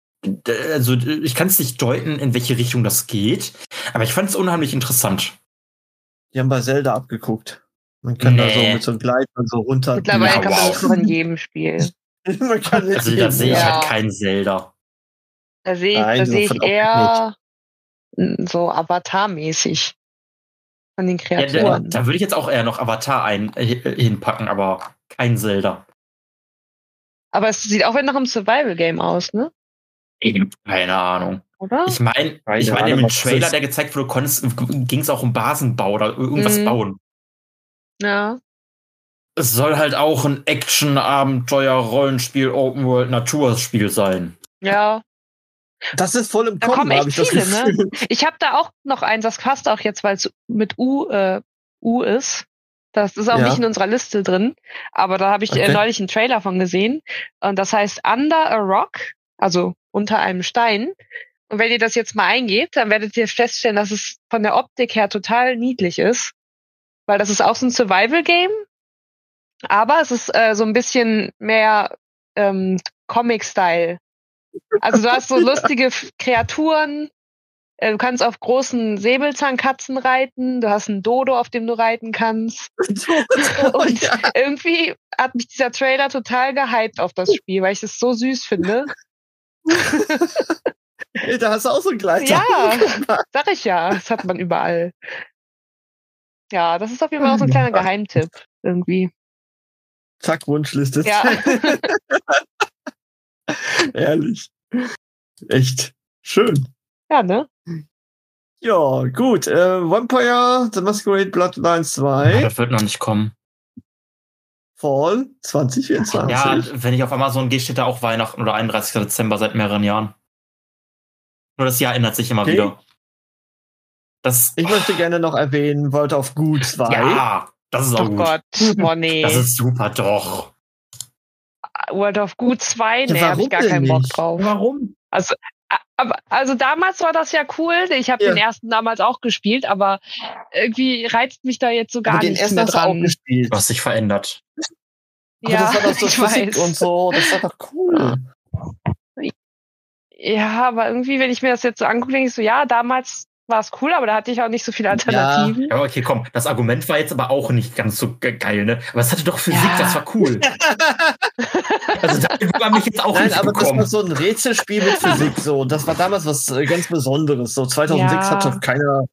also ich kann es nicht deuten, in welche Richtung das geht, aber ich fand es unheimlich interessant.
Die haben bei Zelda abgeguckt. Man kann da so
Nee.
mit so einem Gleiter so runter.
Mittlerweile
Ja,
kann man
wow.
das von jedem Spiel.
Man kann jetzt
Also da
jeden-
sehe ich
Ja.
halt kein Zelda.
Da sehe ich,
Nein,
da seh ich
davon auch
eher n- so Avatar-mäßig von den
Ja, da,
Kreaturen.
da würde ich jetzt auch eher noch Avatar ein, äh, hinpacken, aber kein Zelda.
Aber es sieht auch wieder nach einem Survival-Game aus, ne?
Eben, keine Ahnung.
Oder?
Ich meine,
Keine
ich meine,
Ahnung,
im
was das
Trailer,
ist.
der gezeigt wurde, ging es auch um Basenbau oder irgendwas
Mhm.
bauen.
ja.
Es soll halt auch ein Action-Abenteuer-Rollenspiel, Open-World-Naturspiel sein.
Ja.
Das ist voll im
Da
Kommen,
kommen echt
habe ich das
viele,
Gefühl.
ne? Ich habe da auch noch eins, das passt auch jetzt, weil es mit U, äh, U ist. Das ist auch
Ja.
nicht in unserer Liste drin, aber da habe ich äh,
Okay.
neulich einen Trailer von gesehen. Und das heißt Under a Rock, also unter einem Stein. Und wenn ihr das jetzt mal eingeht, dann werdet ihr feststellen, dass es von der Optik her total niedlich ist. Weil das ist auch so ein Survival-Game, aber es ist äh, so ein bisschen mehr ähm, Comic-Style. Also du hast so lustige F- Kreaturen, äh, du kannst auf großen Säbelzahnkatzen reiten, du hast einen Dodo, auf dem du reiten kannst. Und
ja.
irgendwie hat mich dieser Trailer total gehypt auf das Spiel, weil ich es so süß finde.
Ey, Da hast du auch so ein Gleiter.
Ja, sag ich ja, das hat man überall. Ja, das ist auf jeden Fall auch so ein kleiner Geheimtipp irgendwie.
Zack, Wunschliste.
Ja.
Ehrlich. Echt. Schön.
Ja, ne?
Ja, gut. Äh, Vampire, The Masquerade Bloodline 2,
Das wird noch nicht kommen.
Fall 2024.
Ja, wenn ich auf Amazon gehe, steht da auch Weihnachten oder 31. Dezember seit mehreren Jahren. Nur das Jahr ändert sich immer
Okay.
wieder. Das,
Ich möchte gerne noch erwähnen, World of Goo 2.
ja, das ist
Oh
auch gut.
Gott, Monet.
Das ist super, doch.
World of Good 2, nee, habe ich gar
denn
keinen Bock
nicht?
drauf.
Warum?
A- Aber, also damals war das ja cool. Ich habe
Ja.
den ersten damals auch gespielt, aber irgendwie reizt mich da jetzt so gar
Aber den
nichts
ersten
mehr
hast du auch
dran.
gespielt.
Du hast dich verändert.
Aber das war doch so
ich
Physik
weiß.
und so. Das war doch cool.
Ja, aber irgendwie, wenn ich mir das jetzt so angucke, denke ich so, ja, damals war es cool, aber da hatte ich auch nicht so viele Alternativen.
Ja, okay, komm. Das Argument war jetzt aber auch nicht ganz so ge- geil, ne? Aber es hatte doch Physik,
Ja.
das war cool. also da war mich jetzt auch
Nein,
nicht
aber das
gekommen.
war so ein Rätselspiel mit Physik. So, das war damals was äh, ganz Besonderes. So 2006
Ja.
hat doch keiner.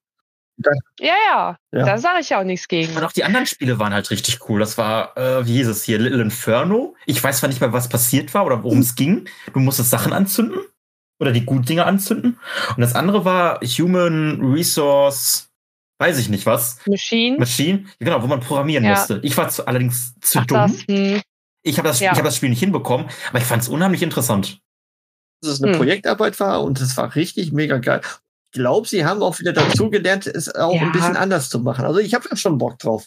Ja, ja,
Ja.
da sage ich ja auch nichts gegen.
Und auch die anderen Spiele waren halt richtig cool. Das war, äh, wie hieß es hier, Little Inferno. Ich weiß zwar nicht mehr, was passiert war oder worum es ging. Du musstest Sachen anzünden oder die guten Dinge anzünden. Und das andere war Human Resource, weiß ich nicht was,
Machine,
Machine, genau, wo man programmieren
Ja.
musste. Ich war zu, allerdings zu
ach
dumm.
das, hm.
Ich habe das,
Ja.
ich hab das Spiel nicht hinbekommen, aber ich fand es unheimlich interessant.
dass es eine
Hm.
Projektarbeit war und es war richtig mega geil. Ich glaube, sie haben auch wieder dazu gelernt, es auch
Ja.
ein bisschen anders zu machen. Also ich habe da schon Bock drauf.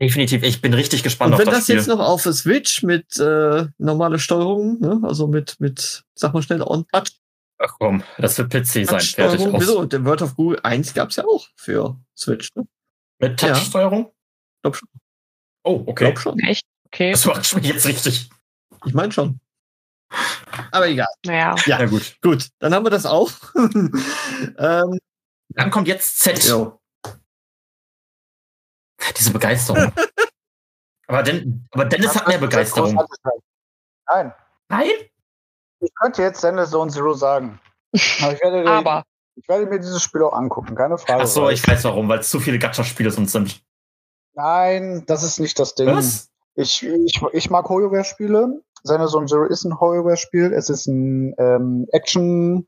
Definitiv, ich bin richtig gespannt
Und wenn
auf
das,
das,
jetzt
Spiel.
noch auf der Switch mit äh, normale Steuerung, ne? also mit, mit, sag mal schnell, On-Pad
Ach komm, das wird PC sein, fertig
Steuerung.
aus.
Wieso? Der World of Goo 1 gab es ja auch für Switch. Ne?
Mit Touch-Steuerung?
Glaub schon.
Oh,
Ich
okay.
glaube schon.
echt, okay,
Das macht mich jetzt richtig.
Ich meine schon. Aber egal.
naja.
Ja.
Na gut.
Gut, dann haben wir das auch. ähm,
Dann kommt jetzt Z.
jo.
Diese Begeisterung. aber, Den, aber Dennis hat mehr Begeisterung.
Nein,
Nein?
ich könnte jetzt Sender Zone Zero sagen. Aber ich werde,
Aber,
ich werde mir dieses Spiel auch angucken, keine Frage.
Ach so, ich weiß warum, weil es zu viele Gacha-Spiele sonst sind.
Nein, das ist nicht das Ding.
Was?
Ich, ich, ich mag Hollowware-Spiele. Seine Zone Zero ist ein Hollowware-Spiel. Es ist ein ähm, Action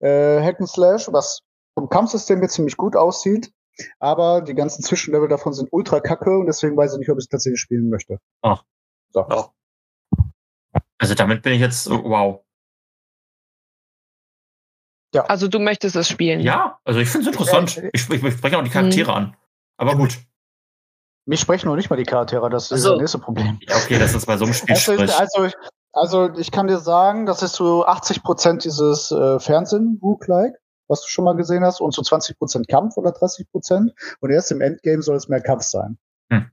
äh, Hack'n'Slash, was vom Kampfsystem jetzt ziemlich gut aussieht. Aber die ganzen Zwischenlevel davon sind ultra kacke und deswegen weiß ich nicht, ob ich es tatsächlich spielen möchte.
Ah.
So.
Ah.
Also damit bin ich jetzt, wow.
also du möchtest es spielen.
Ja, also ich finde es interessant. Ich, ich, ich spreche auch die Charaktere an. Aber gut.
Mich sprechen noch nicht mal die Charaktere, das ist
Ach so.
das nächste Problem.
Ja, okay, dass das bei so einem Spiel
Also,
spricht.
also, ich- also ich kann dir sagen, das ist zu 80% dieses äh, Fernsehen, Rook-like, was du schon mal gesehen hast, und zu 20% Kampf oder 30%. Und erst im Endgame soll es mehr Kampf sein.
Hm.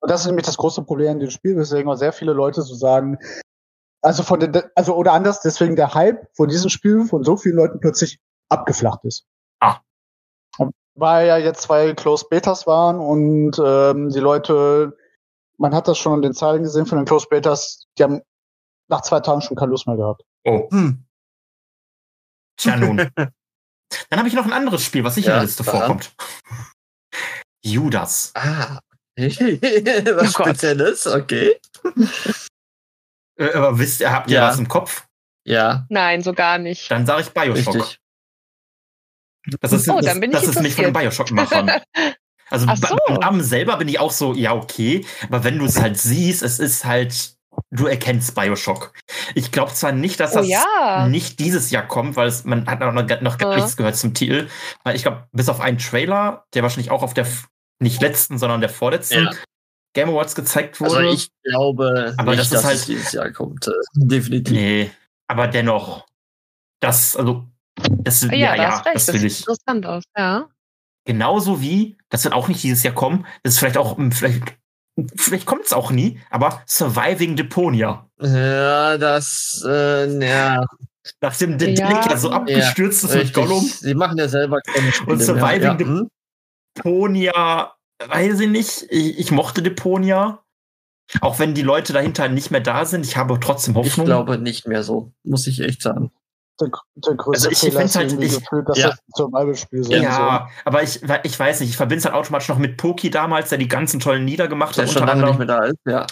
Und das ist nämlich das große Problem in dem Spiel, weswegen auch sehr viele Leute so sagen, also von den, also oder anders, deswegen der Hype von diesem Spiel von so vielen Leuten plötzlich abgeflacht ist.
Ah.
Weil ja jetzt zwei Closed Betas waren und ähm, die Leute man hat das schon in den Zahlen gesehen von den Close Betas, die haben nach zwei Tagen schon keine Lust mehr gehabt.
Oh,
Hm.
tja nun. Dann habe ich noch ein anderes Spiel, was nicht in
Ja,
der Liste
dann.
vorkommt. Judas.
Ah. was
Oh Gott.
Spezielles, okay.
Äh, aber wisst ihr, habt ihr
Ja.
was im Kopf?
Ja,
Nein, so gar nicht.
Dann sage ich Bioshock.
richtig.
Das ist,
Oh,
das,
dann bin ich
das ist nicht von den Bioshock-Machern. Also
Ach
bei-
so.
beim Namen selber bin ich auch so, ja, okay. Aber wenn du es halt siehst, es ist halt, du erkennst Bioshock. Ich glaube zwar nicht, dass
oh
das
ja.
nicht dieses Jahr kommt, weil es, man hat noch, noch gar
Ja.
nichts gehört zum Titel. Weil ich glaube, bis auf einen Trailer, der wahrscheinlich auch auf der, f- nicht letzten, sondern der vorletzten
Ja.
Game Awards gezeigt wurde.
Also ich glaube
Aber
nicht,
das ist
dass
halt-
es dieses Jahr kommt. Äh, definitiv.
nee, aber dennoch, das, also, das, ja, ja,
Ah da hast recht.
das will
sieht
ich.
Oh interessant aus, ja.
Genauso wie, das wird auch nicht dieses Jahr kommen, das ist vielleicht auch, hm, vielleicht, vielleicht kommt es auch nie, aber Surviving Deponia.
Ja, das, äh, ja.
Nachdem der
Ja.
Link ja so abgestürzt ist mit
richtig.
Gollum,
Sie machen ja selber keine Spiele
Und
mehr.
Surviving
Ja.
the-
hm?
Deponia, weiß ich nicht, ich, ich mochte Deponia. Auch wenn die Leute dahinter nicht mehr da sind, ich habe trotzdem
Ich
Hoffnung.
glaube nicht mehr so, muss ich echt sagen.
Der, gr- der größte
Also ich- ich
Fehler
find's
ist
halt-
irgendwie
ich-
gefühlt, dass
ja.
das ein Survival-Spiel sein soll.
ja, aber ich, we- ich weiß nicht, ich verbinde es halt automatisch noch mit Poki damals, der die ganzen tollen Lieder gemacht
Der
hat.
schon lange nicht mehr da ist, ja.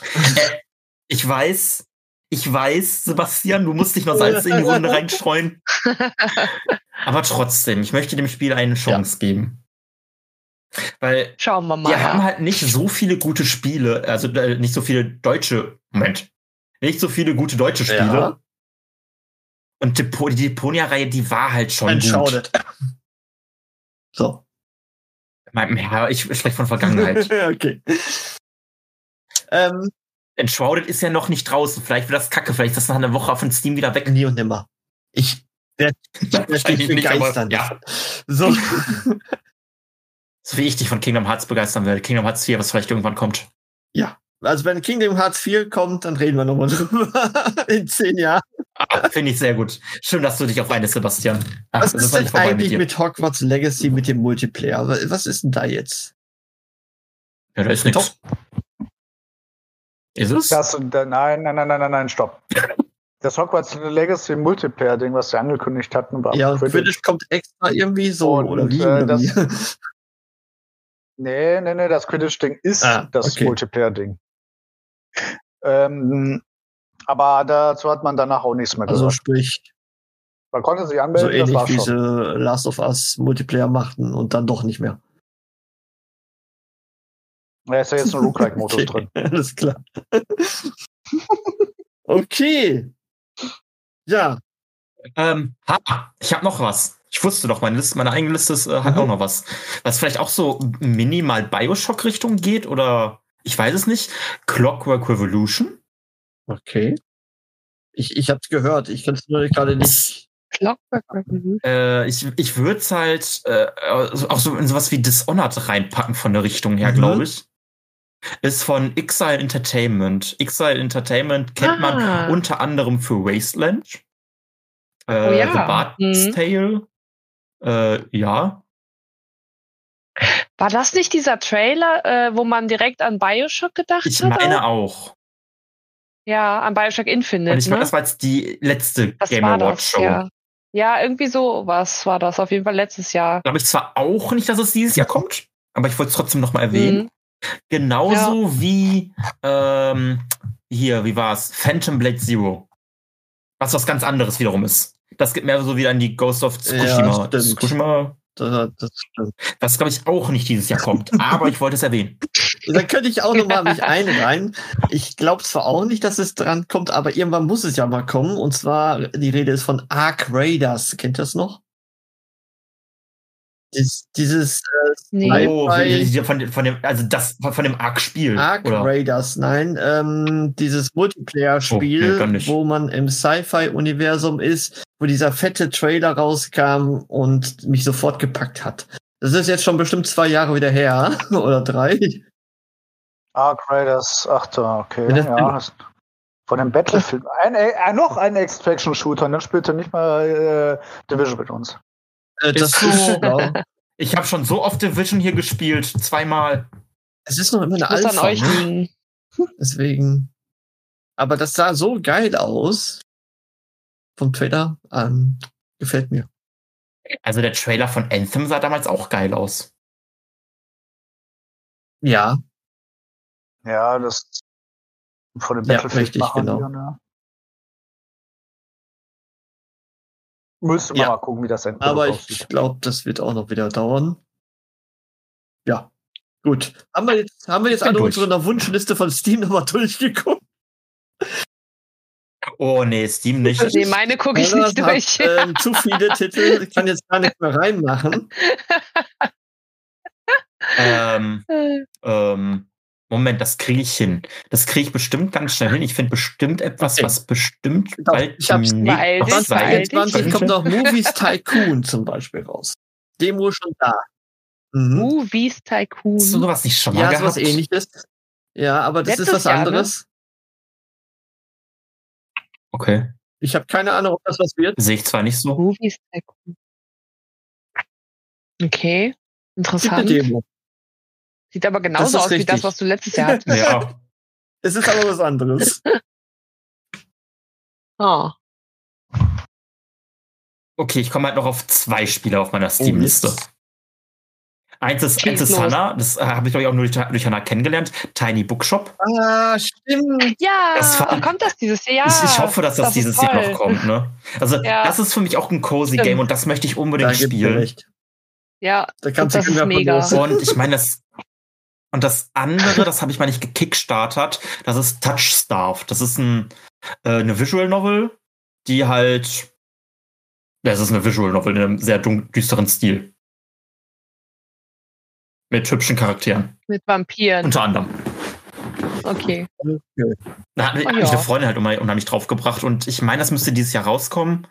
Ich weiß, ich weiß, Sebastian, du musst dich noch Salz in die Runde reinstreuen. Aber trotzdem, ich möchte dem Spiel eine Chance geben. Weil
Schauen wir mal.
wir haben halt nicht so viele gute Spiele, also äh, nicht so viele deutsche, Moment, nicht so viele gute deutsche Spiele.
Ja.
Und Depo die Deponia-Reihe, die war halt schon
Man
gut.
schaudet. So.
Mein- Ja, ich spreche von Vergangenheit.
okay. Ähm,
Enshrouded ist ja noch nicht draußen. Vielleicht wird das kacke. Vielleicht ist das nach einer Woche auf dem Steam wieder weg.
nie und nimmer. Ich werde
Wahrscheinlich
mich
nicht, aber-
begeistern.
ja.
So.
So wie ich dich von Kingdom Hearts begeistern werde. Kingdom Hearts 4, was vielleicht irgendwann kommt.
Also wenn Kingdom Hearts 4 kommt, dann reden wir nochmal drüber. In zehn Jahren.
Ah, Finde ich sehr gut. Schön, dass du dich auf eine, Sebastian. Ach,
Was ist
es noch
denn
nicht vorbei
eigentlich
dir.
mit, Hogwarts Legacy mit dem Multiplayer? Wa- Was ist denn da jetzt?
Ja, da ist nichts. Ist es?
Das, und der- nein, nein, nein, nein, nein, nein, stopp. Das Hogwarts Legacy Multiplayer-Ding, was sie angekündigt hatten, war
ja, und
Quidditch.
Quidditch kommt extra irgendwie so
Und,
oder wie?
äh,
oder
das-
wie?
Nee, nee, nee, das Quidditch-Ding ist
Ah,
das
okay.
Multiplayer-Ding. Ähm, aber dazu hat man danach auch nichts mehr
Also
gesagt.
sprich,
Man konnte sich
so
anmelden, das
ähnlich
war
wie
schon.
sie Last of Us Multiplayer machten und dann doch nicht mehr.
Da ist ja jetzt ein Roguelike-Modus
Okay,
drin.
Alles klar. okay. Ja,
Ähm, ha, ich habe noch was. Ich wusste doch, meine, Liste, meine eigene Liste ist, äh, hat
Mhm.
auch noch was. Was vielleicht auch so minimal Bioshock-Richtung geht oder ich weiß es nicht. Clockwork Revolution?
okay. Ich, ich hab's gehört, ich kann's nur gerade nicht.
Clockwork Revolution.
Äh, ich ich würde es halt äh, also auch so in sowas wie Dishonored reinpacken von der Richtung her,
Mhm.
glaube ich. Ist von Exile Entertainment. Exile Entertainment kennt
Ah.
man unter anderem für Wasteland. Äh,
Oh ja.
The Bard's
Mhm.
Tale. Äh, ja.
War das nicht dieser Trailer, äh, wo man direkt an Bioshock gedacht
Ich
hat?
meine auch.
Ja, an Bioshock Infinite.
Und ich meine,
ne?
das war jetzt die letzte
Das
Game
war
Awards
das,
Show.
ja. Ja, irgendwie so was war das. Auf jeden Fall letztes Jahr.
Glaube ich zwar auch nicht, dass es dieses Jahr kommt, aber ich wollte es trotzdem nochmal erwähnen.
Mhm.
Genauso wie ähm, hier, wie war's? Phantom Blade Zero. Was was ganz anderes wiederum ist. Das geht mehr so wieder an die Ghost of
Ja,
Tsushima.
stimmt.
Tsushima
Das, das stimmt.
was glaube ich auch nicht dieses Jahr kommt, aber ich wollte es erwähnen.
Dann könnte ich auch nochmal mich einreihen. Ich glaube zwar auch nicht, dass es dran kommt, aber irgendwann muss es ja mal kommen. Und zwar, die Rede ist von Ark Raiders. Kennt ihr das noch? Dies, dieses äh, Nein,
Oh,
bei-
von, von dem, also das von von dem Arc-Spiel.
Ark
oder?
Raiders, nein, ähm, dieses Multiplayer-Spiel,
Oh, nee, dann nicht.
wo man im Sci-Fi-Universum ist, wo dieser fette Trailer rauskam und mich sofort gepackt hat. Das ist jetzt schon bestimmt zwei Jahre wieder her oder drei.
Ark Raiders 8, okay.
Ja, das
Ja, das von dem Battlefield. Ein, äh, noch ein Extraction-Shooter, und dann spielt er nicht mal äh, Division mit uns.
Äh,
Ist
das
so.
ist, genau.
Ich habe schon so oft Division hier gespielt, zweimal.
es ist noch immer eine
Muss an
Alpha.
euch
Ne?
liegen.
Deswegen. Aber das sah so geil aus. Vom Trailer an. Gefällt mir.
Also der Trailer von Anthem sah damals auch geil aus.
Ja,
Ja, das von den
Ja,
Battlefield
richtig,
machen
genau.
wir, ne? Müsste man
Ja.
mal gucken, wie das Endprodukt
aber ich
aussieht.
glaube, das wird auch noch wieder dauern. Ja. Gut. Haben wir jetzt, haben wir jetzt
bin
alle
durch.
unsere Wunschliste von Steam nochmal durchgeguckt?
Oh nee, Steam nicht.
Nee, meine gucke ich
Jonas
nicht durch.
Hat, ähm, zu viele Titel. Ich kann jetzt gar nicht mehr reinmachen.
ähm, ähm, Moment, das kriege ich hin. Das kriege ich bestimmt ganz schnell hin. Ich finde bestimmt etwas,
Okay.
was bestimmt
Doch,
bald
ich hab's.
nicht
Beeil dich,
sein
beeil dich.
könnte.
2021 kommt noch Movies Tycoon zum Beispiel raus. Demo schon da.
Uh,
Mhm.
Movies Tycoon.
Hast du sowas nicht schon mal
Ja,
gehabt?
sowas ähnliches. Ja, aber das
Letztes
ist was
Jahr, ne?
anderes.
Okay.
Ich habe keine Ahnung, ob das was wird.
Sehe ich zwar nicht so.
Movies Tycoon. Okay,
Es gibt eine
interessant.
Demo.
Sieht aber genauso
Das ist
aus wie das,
richtig.
was du letztes Jahr hattest.
Ja.
Es ist aber was anderes.
Oh.
Okay, ich komme halt noch auf zwei Spiele auf meiner Steam-Liste.
Oh, Mist.
Eins ist, eins
Schieß
ist
los.
Hannah, das äh, habe ich, glaube ich, auch nur durch, durch Hannah kennengelernt. Tiny Bookshop.
ah, stimmt.
Ja,
Das war-
kommt das dieses Jahr?
ich, ich hoffe, dass das,
Ah, das ist
dieses
toll.
Jahr noch kommt. Ne? Also
Ja.
das ist für mich auch ein cozy
Stimmt.
Game und das möchte ich unbedingt
Da gibt's dir
spielen.
recht.
Ja,
Da kannst
Das
du
ist
ja von
mega.
los.
Und ich meine, das und das andere, das habe ich mal nicht gekickstartert, das ist Touch Starved. Das ist ein, äh, eine Visual Novel, die halt das ist eine Visual Novel in einem sehr dun- düsteren Stil. Mit hübschen Charakteren.
mit Vampiren.
Unter anderem.
Okay.
Da hat
Ah,
mich, hat mich
ja.
eine Freundin halt unheim- unheimlich drauf gebracht und ich meine, das müsste dieses Jahr rauskommen.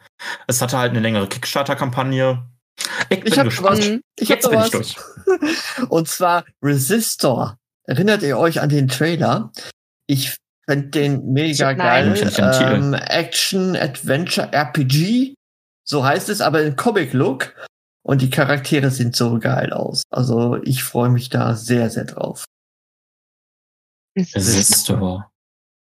Es hatte halt eine längere Kickstarter-Kampagne. Ich bin
hab
gespannt.
Mhm.
Ich hab
Jetzt
da
bin ich
was.
durch.
Und zwar Resistor. Erinnert ihr euch an den Trailer? Ich fand den mega
Nein.
Ich
geil.
kenn den Titel.
Ähm, Action Adventure RPG. So heißt es, aber in Comic-Look. Und die Charaktere sehen so geil aus. Also ich freue mich da sehr, sehr drauf.
Ist
Es ist aber.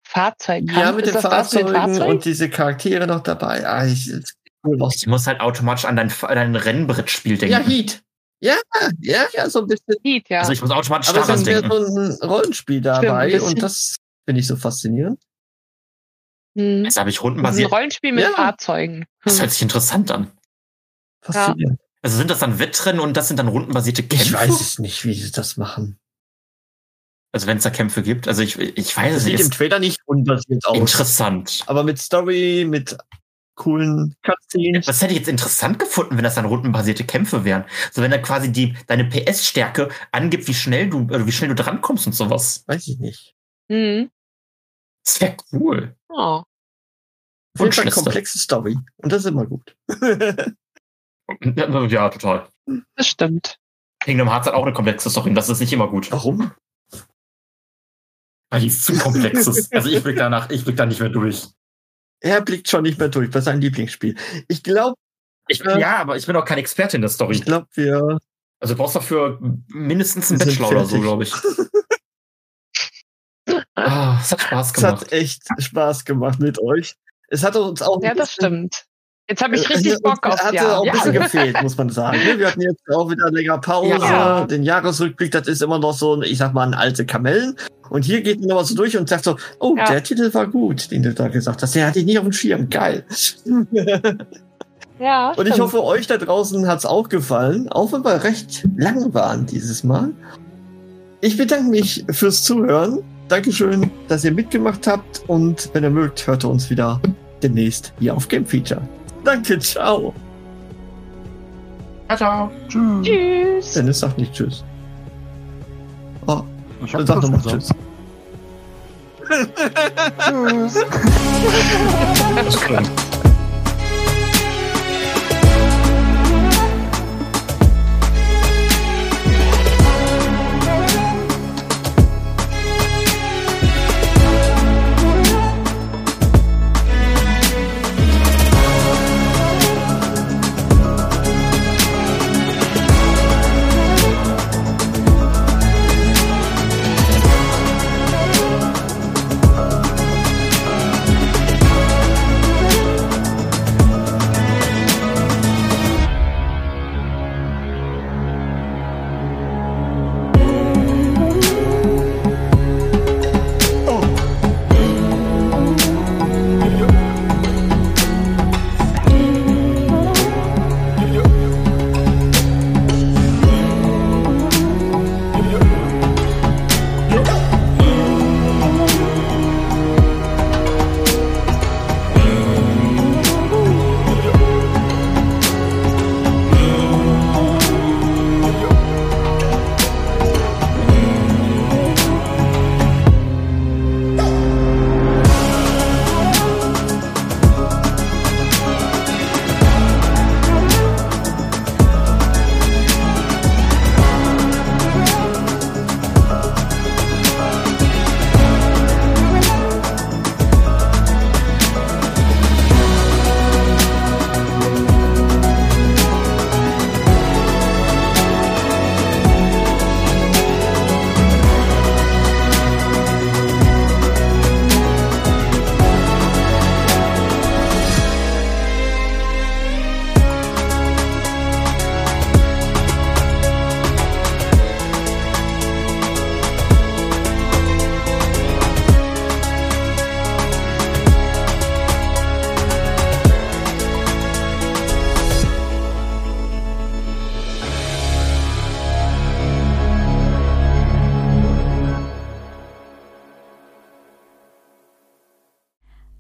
Fahrzeug.
Ja, mit
ist
den
das das mit
Fahrzeugen
den Fahrzeugen?
und diese Charaktere noch dabei. Ah, ich, ist cool aus.
Ich muss halt automatisch an dein, an dein Rennbrettspiel denken.
Ja, Heat. Ja, ja, ja, so ein bisschen.
Heat, ja.
Also ich muss automatisch
Aber es
daran
ist mehr
denken.
so ein Rollenspiel
ein
dabei
bisschen.
und das finde ich so faszinierend.
Hm.
Jetzt habe Also,
Das
ich
ist ein
rundenbasiert.
Rollenspiel mit
Ja.
Fahrzeugen. Hm.
Das hört sich interessant an.
Faszinierend.
Also sind das dann Wettrennen und das sind dann rundenbasierte Kämpfe?
Ich weiß es nicht, wie sie das machen.
Also wenn es da Kämpfe gibt. Also ich, ich weiß
Das
es
sieht
nicht.
im
Ist
Trailer nicht unbasiert aus.
interessant.
Aber mit Story, mit coolen Cutscenes.
Das hätte ich jetzt interessant gefunden, wenn das dann rundenbasierte Kämpfe wären. So wenn da quasi die, deine PS-Stärke angibt, wie schnell du, äh, wie schnell du drankommst und sowas.
Weiß ich nicht.
Hm.
Das wäre cool.
Oh.
Auf jeden Fall
Wunschliste.
komplexe Story. Und das ist immer gut.
Ja, ja, total.
Das stimmt.
Kingdom Hearts hat auch eine komplexe Story und das ist nicht immer gut.
Warum?
Weil die ist zu komplex ist. Also ich blick danach, ich blick da nicht mehr durch.
Er blickt schon nicht mehr durch bei seinem Lieblingsspiel. Ich glaube,
Ich bin, ja, aber ich bin auch kein Experte in der Story.
ich glaube, wir.
Also du brauchst dafür mindestens einen
Wir sind
Bachelor oder so,
fertig.
glaube ich. Ah, es hat Spaß
Es
gemacht.
hat echt Spaß gemacht mit euch. Es hat uns auch.
Ja, das stimmt. Jetzt habe ich
Äh,
richtig
uns
Bock aufs
Hatte
Jahr.
auch ein bisschen
Ja.
gefehlt, muss man sagen. ne? Wir hatten jetzt auch wieder länger Pause.
Ja.
Den Jahresrückblick, das ist immer noch so, ein, ich sag mal, ein alte Kamellen. Und hier geht man nochmal so durch und sagt so, oh,
Ja.
der Titel war gut, den du da gesagt hast. Den hatte ich nicht auf dem Schirm. Geil.
Ja,
Und ich
stimmt.
hoffe, euch da draußen hat's auch gefallen, auch wenn wir recht lang waren dieses Mal. Ich bedanke mich fürs Zuhören. Dankeschön, dass ihr mitgemacht habt. Und wenn ihr mögt, hört ihr uns wieder demnächst hier auf Game Feature. Danke, ciao.
Ciao, ciao.
Tschüss.
Tschüss.
Dennis sagt nicht Tschüss. Oh,
Ich
dann
hab
sag
das
nochmal
gesagt.
Tschüss.
Tschüss.
Das ist schön.